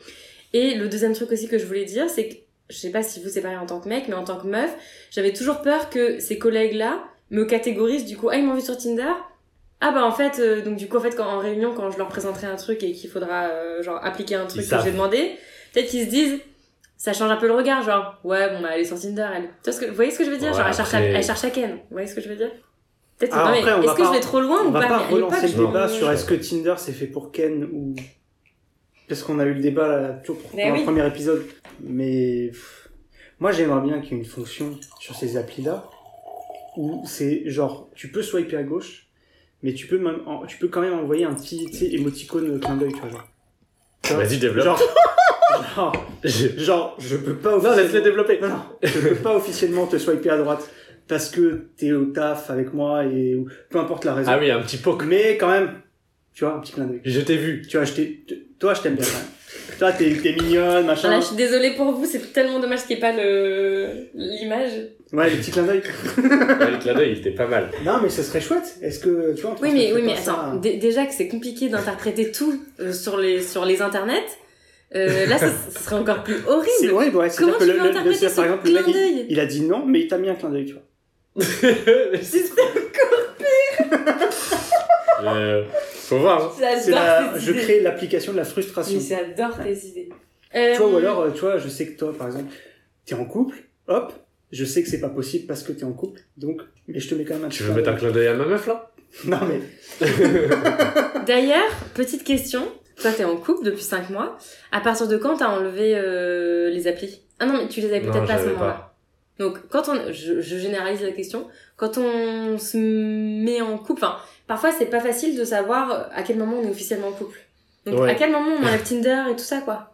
Et le deuxième truc aussi que je voulais dire, c'est que je sais pas si vous c'est pareil en tant que mec, mais en tant que meuf, j'avais toujours peur que ces collègues-là me catégorisent du coup, ah ils m'ont vu sur Tinder. Ah bah en fait, euh, donc du coup en fait quand en réunion quand je leur présenterai un truc et qu'il faudra euh, genre appliquer un truc Ils que savent. j'ai demandé, peut-être qu'ils se disent ça change un peu le regard genre ouais bon bah elle est sur Tinder elle. Tu vois ce que, vous voyez ce que je veux dire Ouais, Genre elle cherche, à, après- elle cherche à Ken. Vous voyez ce que je veux dire Peut-être Ah, non, mais après, on est-ce va que pas- je vais trop loin On ou va pas pas Mais à l'époque, relancer je le me- débat sur je- est-ce que Tinder c'est fait pour Ken ou. Parce qu'on a eu le débat là, tout- Mais dans oui. le premier épisode. Mais. pff, Moi j'aimerais bien qu'il y ait une fonction sur ces applis là où c'est genre tu peux swiper à gauche, mais tu peux, même en- tu peux quand même envoyer un petit tu sais, émoticône euh, clin d'œil, tu vois. Genre. Tu vois Vas-y, développe. Genre, genre, genre, je peux pas Non, laisse-le officiellement- développer. non, non, je peux pas officiellement te swiper à droite parce que t'es au taf avec moi et ou- peu importe la raison. Ah oui, un petit poke. Mais quand même, tu vois, un petit clin d'œil. Je t'ai vu. Tu vois, je t'ai- t- toi, je t'aime bien quand même. Toi, t'es t'es mignonne, machin. Voilà, je suis désolée pour vous, c'est tellement dommage qu'il n'y ait pas le- l'image. Ouais, les petits clins d'œil. Avec la il était pas mal. Non, mais ce serait chouette. Est-ce que, tu vois, on Oui, mais, transmettrait oui, mais pas ça à- attends, dé- déjà que c'est compliqué d'interpréter tout euh, sur, les, sur les internets, euh, là, ce ce serait encore plus C'est horrible. ouais, ouais, Comment c'est-à-dire tu que le, veux le- le- interpréter c'est-à-dire, ce par exemple, le mec, clin il, d'œil il a dit non, mais il t'a mis un clin d'œil, tu vois. Euh, faut voir. hein. C'est J'adore tes la- je idées. crée l'application de la Mais frustration. j'adore tes idées. Tu vois, Euh, ou alors, euh, tu vois, je sais que toi, par exemple, t'es en couple, hop, je sais que c'est pas possible parce que t'es en couple, donc, mais je te mets quand même un petit Tu veux clin mettre un clin d'œil à ma meuf là d'œil. Non, mais D'ailleurs, petite question. Toi, t'es en couple depuis 5 mois. À partir de quand t'as enlevé euh, les applis Ah non, mais tu les avais Non, peut-être pas à ce j'avais moment-là. Donc, quand on, je, je généralise la question, quand on se met en couple, enfin, parfois c'est pas facile de savoir à quel moment on est officiellement en couple. Donc, Ouais. à quel moment on enlève Tinder et tout ça, quoi.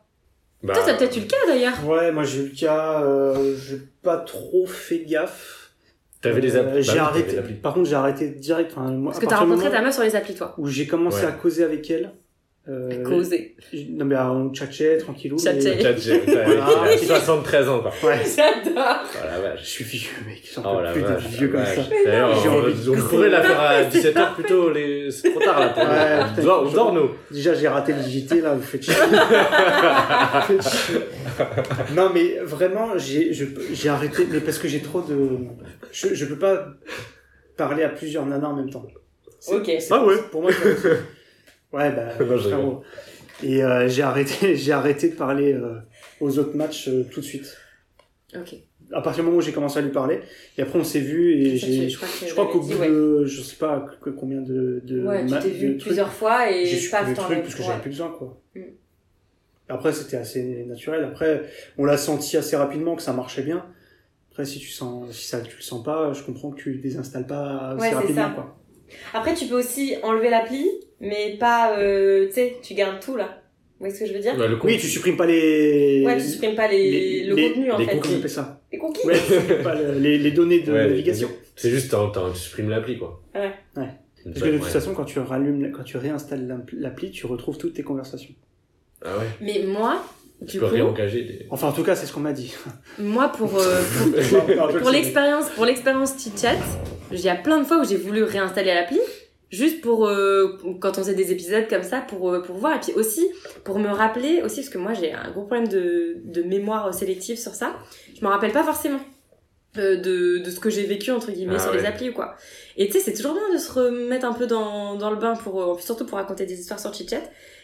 Bah, Toi, t'as peut-être eu le cas d'ailleurs. ouais, moi j'ai eu le cas, euh, j'ai pas trop fait gaffe. t'avais les Euh, applis. Bah oui, j'ai t'avais les arrêté. applis. Par contre, j'ai arrêté direct. Enfin, moi, Parce à que t'as partir du rencontré moment ta meuf sur les applis, toi. où j'ai commencé Ouais. à causer avec elle. euh, Causé. j- Non mais ah, on tchatchait tranquillou. mais- Tchatchait. Quatre, j'ai- t'as- Voilà. 73 ans quoi. Ouais. J'adore. Oh la euh, vache. Je suis vieux mec, j'en Oh peux la plus d'être vache. vieux la comme vache. ça. D'ailleurs, j'ai on- envie de on couper. pourrait la faire à C'est 17h plus tôt, les... c'est trop tard là pour Ouais, nous. putain, On dort- On dort nous. Déjà j'ai raté le JT là, vous faites chier. Vous faites chier. non mais vraiment j'ai je peux- j'ai arrêté mais parce que j'ai trop de je je peux pas parler à plusieurs nanas en même temps. C'est- Ok. c'est- Ah ouais. Pour moi. c'est- ouais bah Non, je frérot. Et euh, j'ai arrêté j'ai arrêté de parler euh, aux autres matchs euh, tout de suite. Ok. À partir du moment où j'ai commencé à lui parler, et après on s'est vu et Ça, j'ai. tu- crois, que Je crois j'avais qu'au dit, bout ouais. de, je sais pas que- combien de, de Ouais, tu ma- t'es de vu trucs, plusieurs fois et j'ai supprimé paf, le t'en truc as- parce que ouais. j'avais plus besoin quoi. Mm. Après c'était assez naturel. Après on l'a senti assez rapidement que ça marchait bien. Après si tu sens, si ça tu le sens pas, je comprends que tu le désinstalles pas Ouais, assez c'est rapidement ça. quoi. Après, tu peux aussi enlever l'appli, mais pas. euh, tu sais, tu gardes tout là. Vous voyez ce que je veux dire Ouais, le compte. Oui, tu supprimes pas les. Ouais, tu supprimes pas les, les- le les- contenu en les fait. Comment on appelle ça Les cookies Ouais, tu supprimes pas le- les, les données de Ouais, les navigation. C'est juste, t'en- t'en- tu supprimes l'appli, quoi. Ouais. Ouais. Une Parce que de seule, toute ouais. façon, quand tu rallumes, quand tu réinstalles l'appli- l'appli, tu retrouves toutes tes conversations. Ah ouais. Mais moi, Tu du peux coup, réengager des. Enfin, en tout cas, c'est ce qu'on m'a dit. moi pour, euh, pour- pour l'expérience pour l'expérience chit-chat, il y a plein de fois où j'ai voulu réinstaller l'appli juste pour euh, quand on faisait des épisodes comme ça pour euh, pour voir et puis aussi pour me rappeler aussi parce que moi j'ai un gros problème de de mémoire sélective sur ça. Je m'en rappelle pas forcément. euh, de, de ce que j'ai vécu entre guillemets Ah sur les ouais. applis ou quoi et tu sais c'est toujours bien de se remettre un peu dans, dans le bain pour euh, surtout pour raconter des histoires sur chit-chat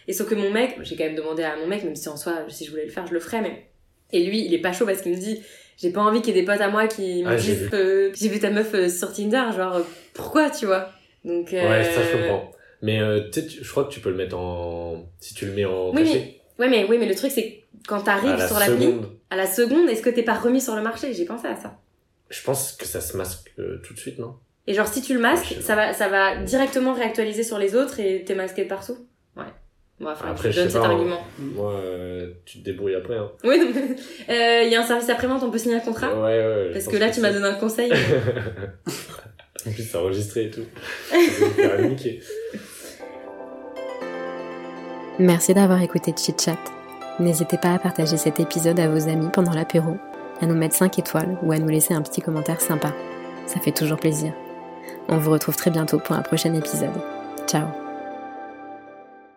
et sauf que mon mec j'ai quand même demandé à mon mec même si en soi si je voulais le faire je le ferais mais et lui il est pas chaud parce qu'il me dit j'ai pas envie qu'il y ait des potes à moi qui me Ah, j'ai disent euh, j'ai vu ta meuf euh, sur Tinder genre euh, pourquoi tu vois donc euh, Ouais, ça je comprends. Mais euh, tu sais, tu- je crois que tu peux le mettre en. Si tu le mets en Oui, caché. ouais mais oui mais le truc c'est que quand à t'arrives la sur l'appli seconde, à la seconde est-ce que t'es pas remis sur le marché j'ai pensé à ça je pense que ça se masque euh, tout de suite, non Et genre, si tu le Je sais masques, pas. ça va, ça va directement réactualiser sur les autres et t'es masqué de partout. Ouais. Bon, enfin, Après, je te je donne sais cet pas, hein. argument. Moi, euh, tu te débrouilles après. Hein. Oui, non, mais- euh, il y a un service après-vente, on peut signer un contrat. ouais, ouais. je Parce pense que là, tu m'as donné un conseil. En plus, c'est enregistré et tout. Je vais me faire niquer. Merci d'avoir écouté Chit Chat. N'hésitez pas à partager cet épisode à vos amis pendant l'apéro, à nous mettre 5 étoiles ou à nous laisser un petit commentaire sympa. Ça fait toujours plaisir. On vous retrouve très bientôt pour un prochain épisode. Ciao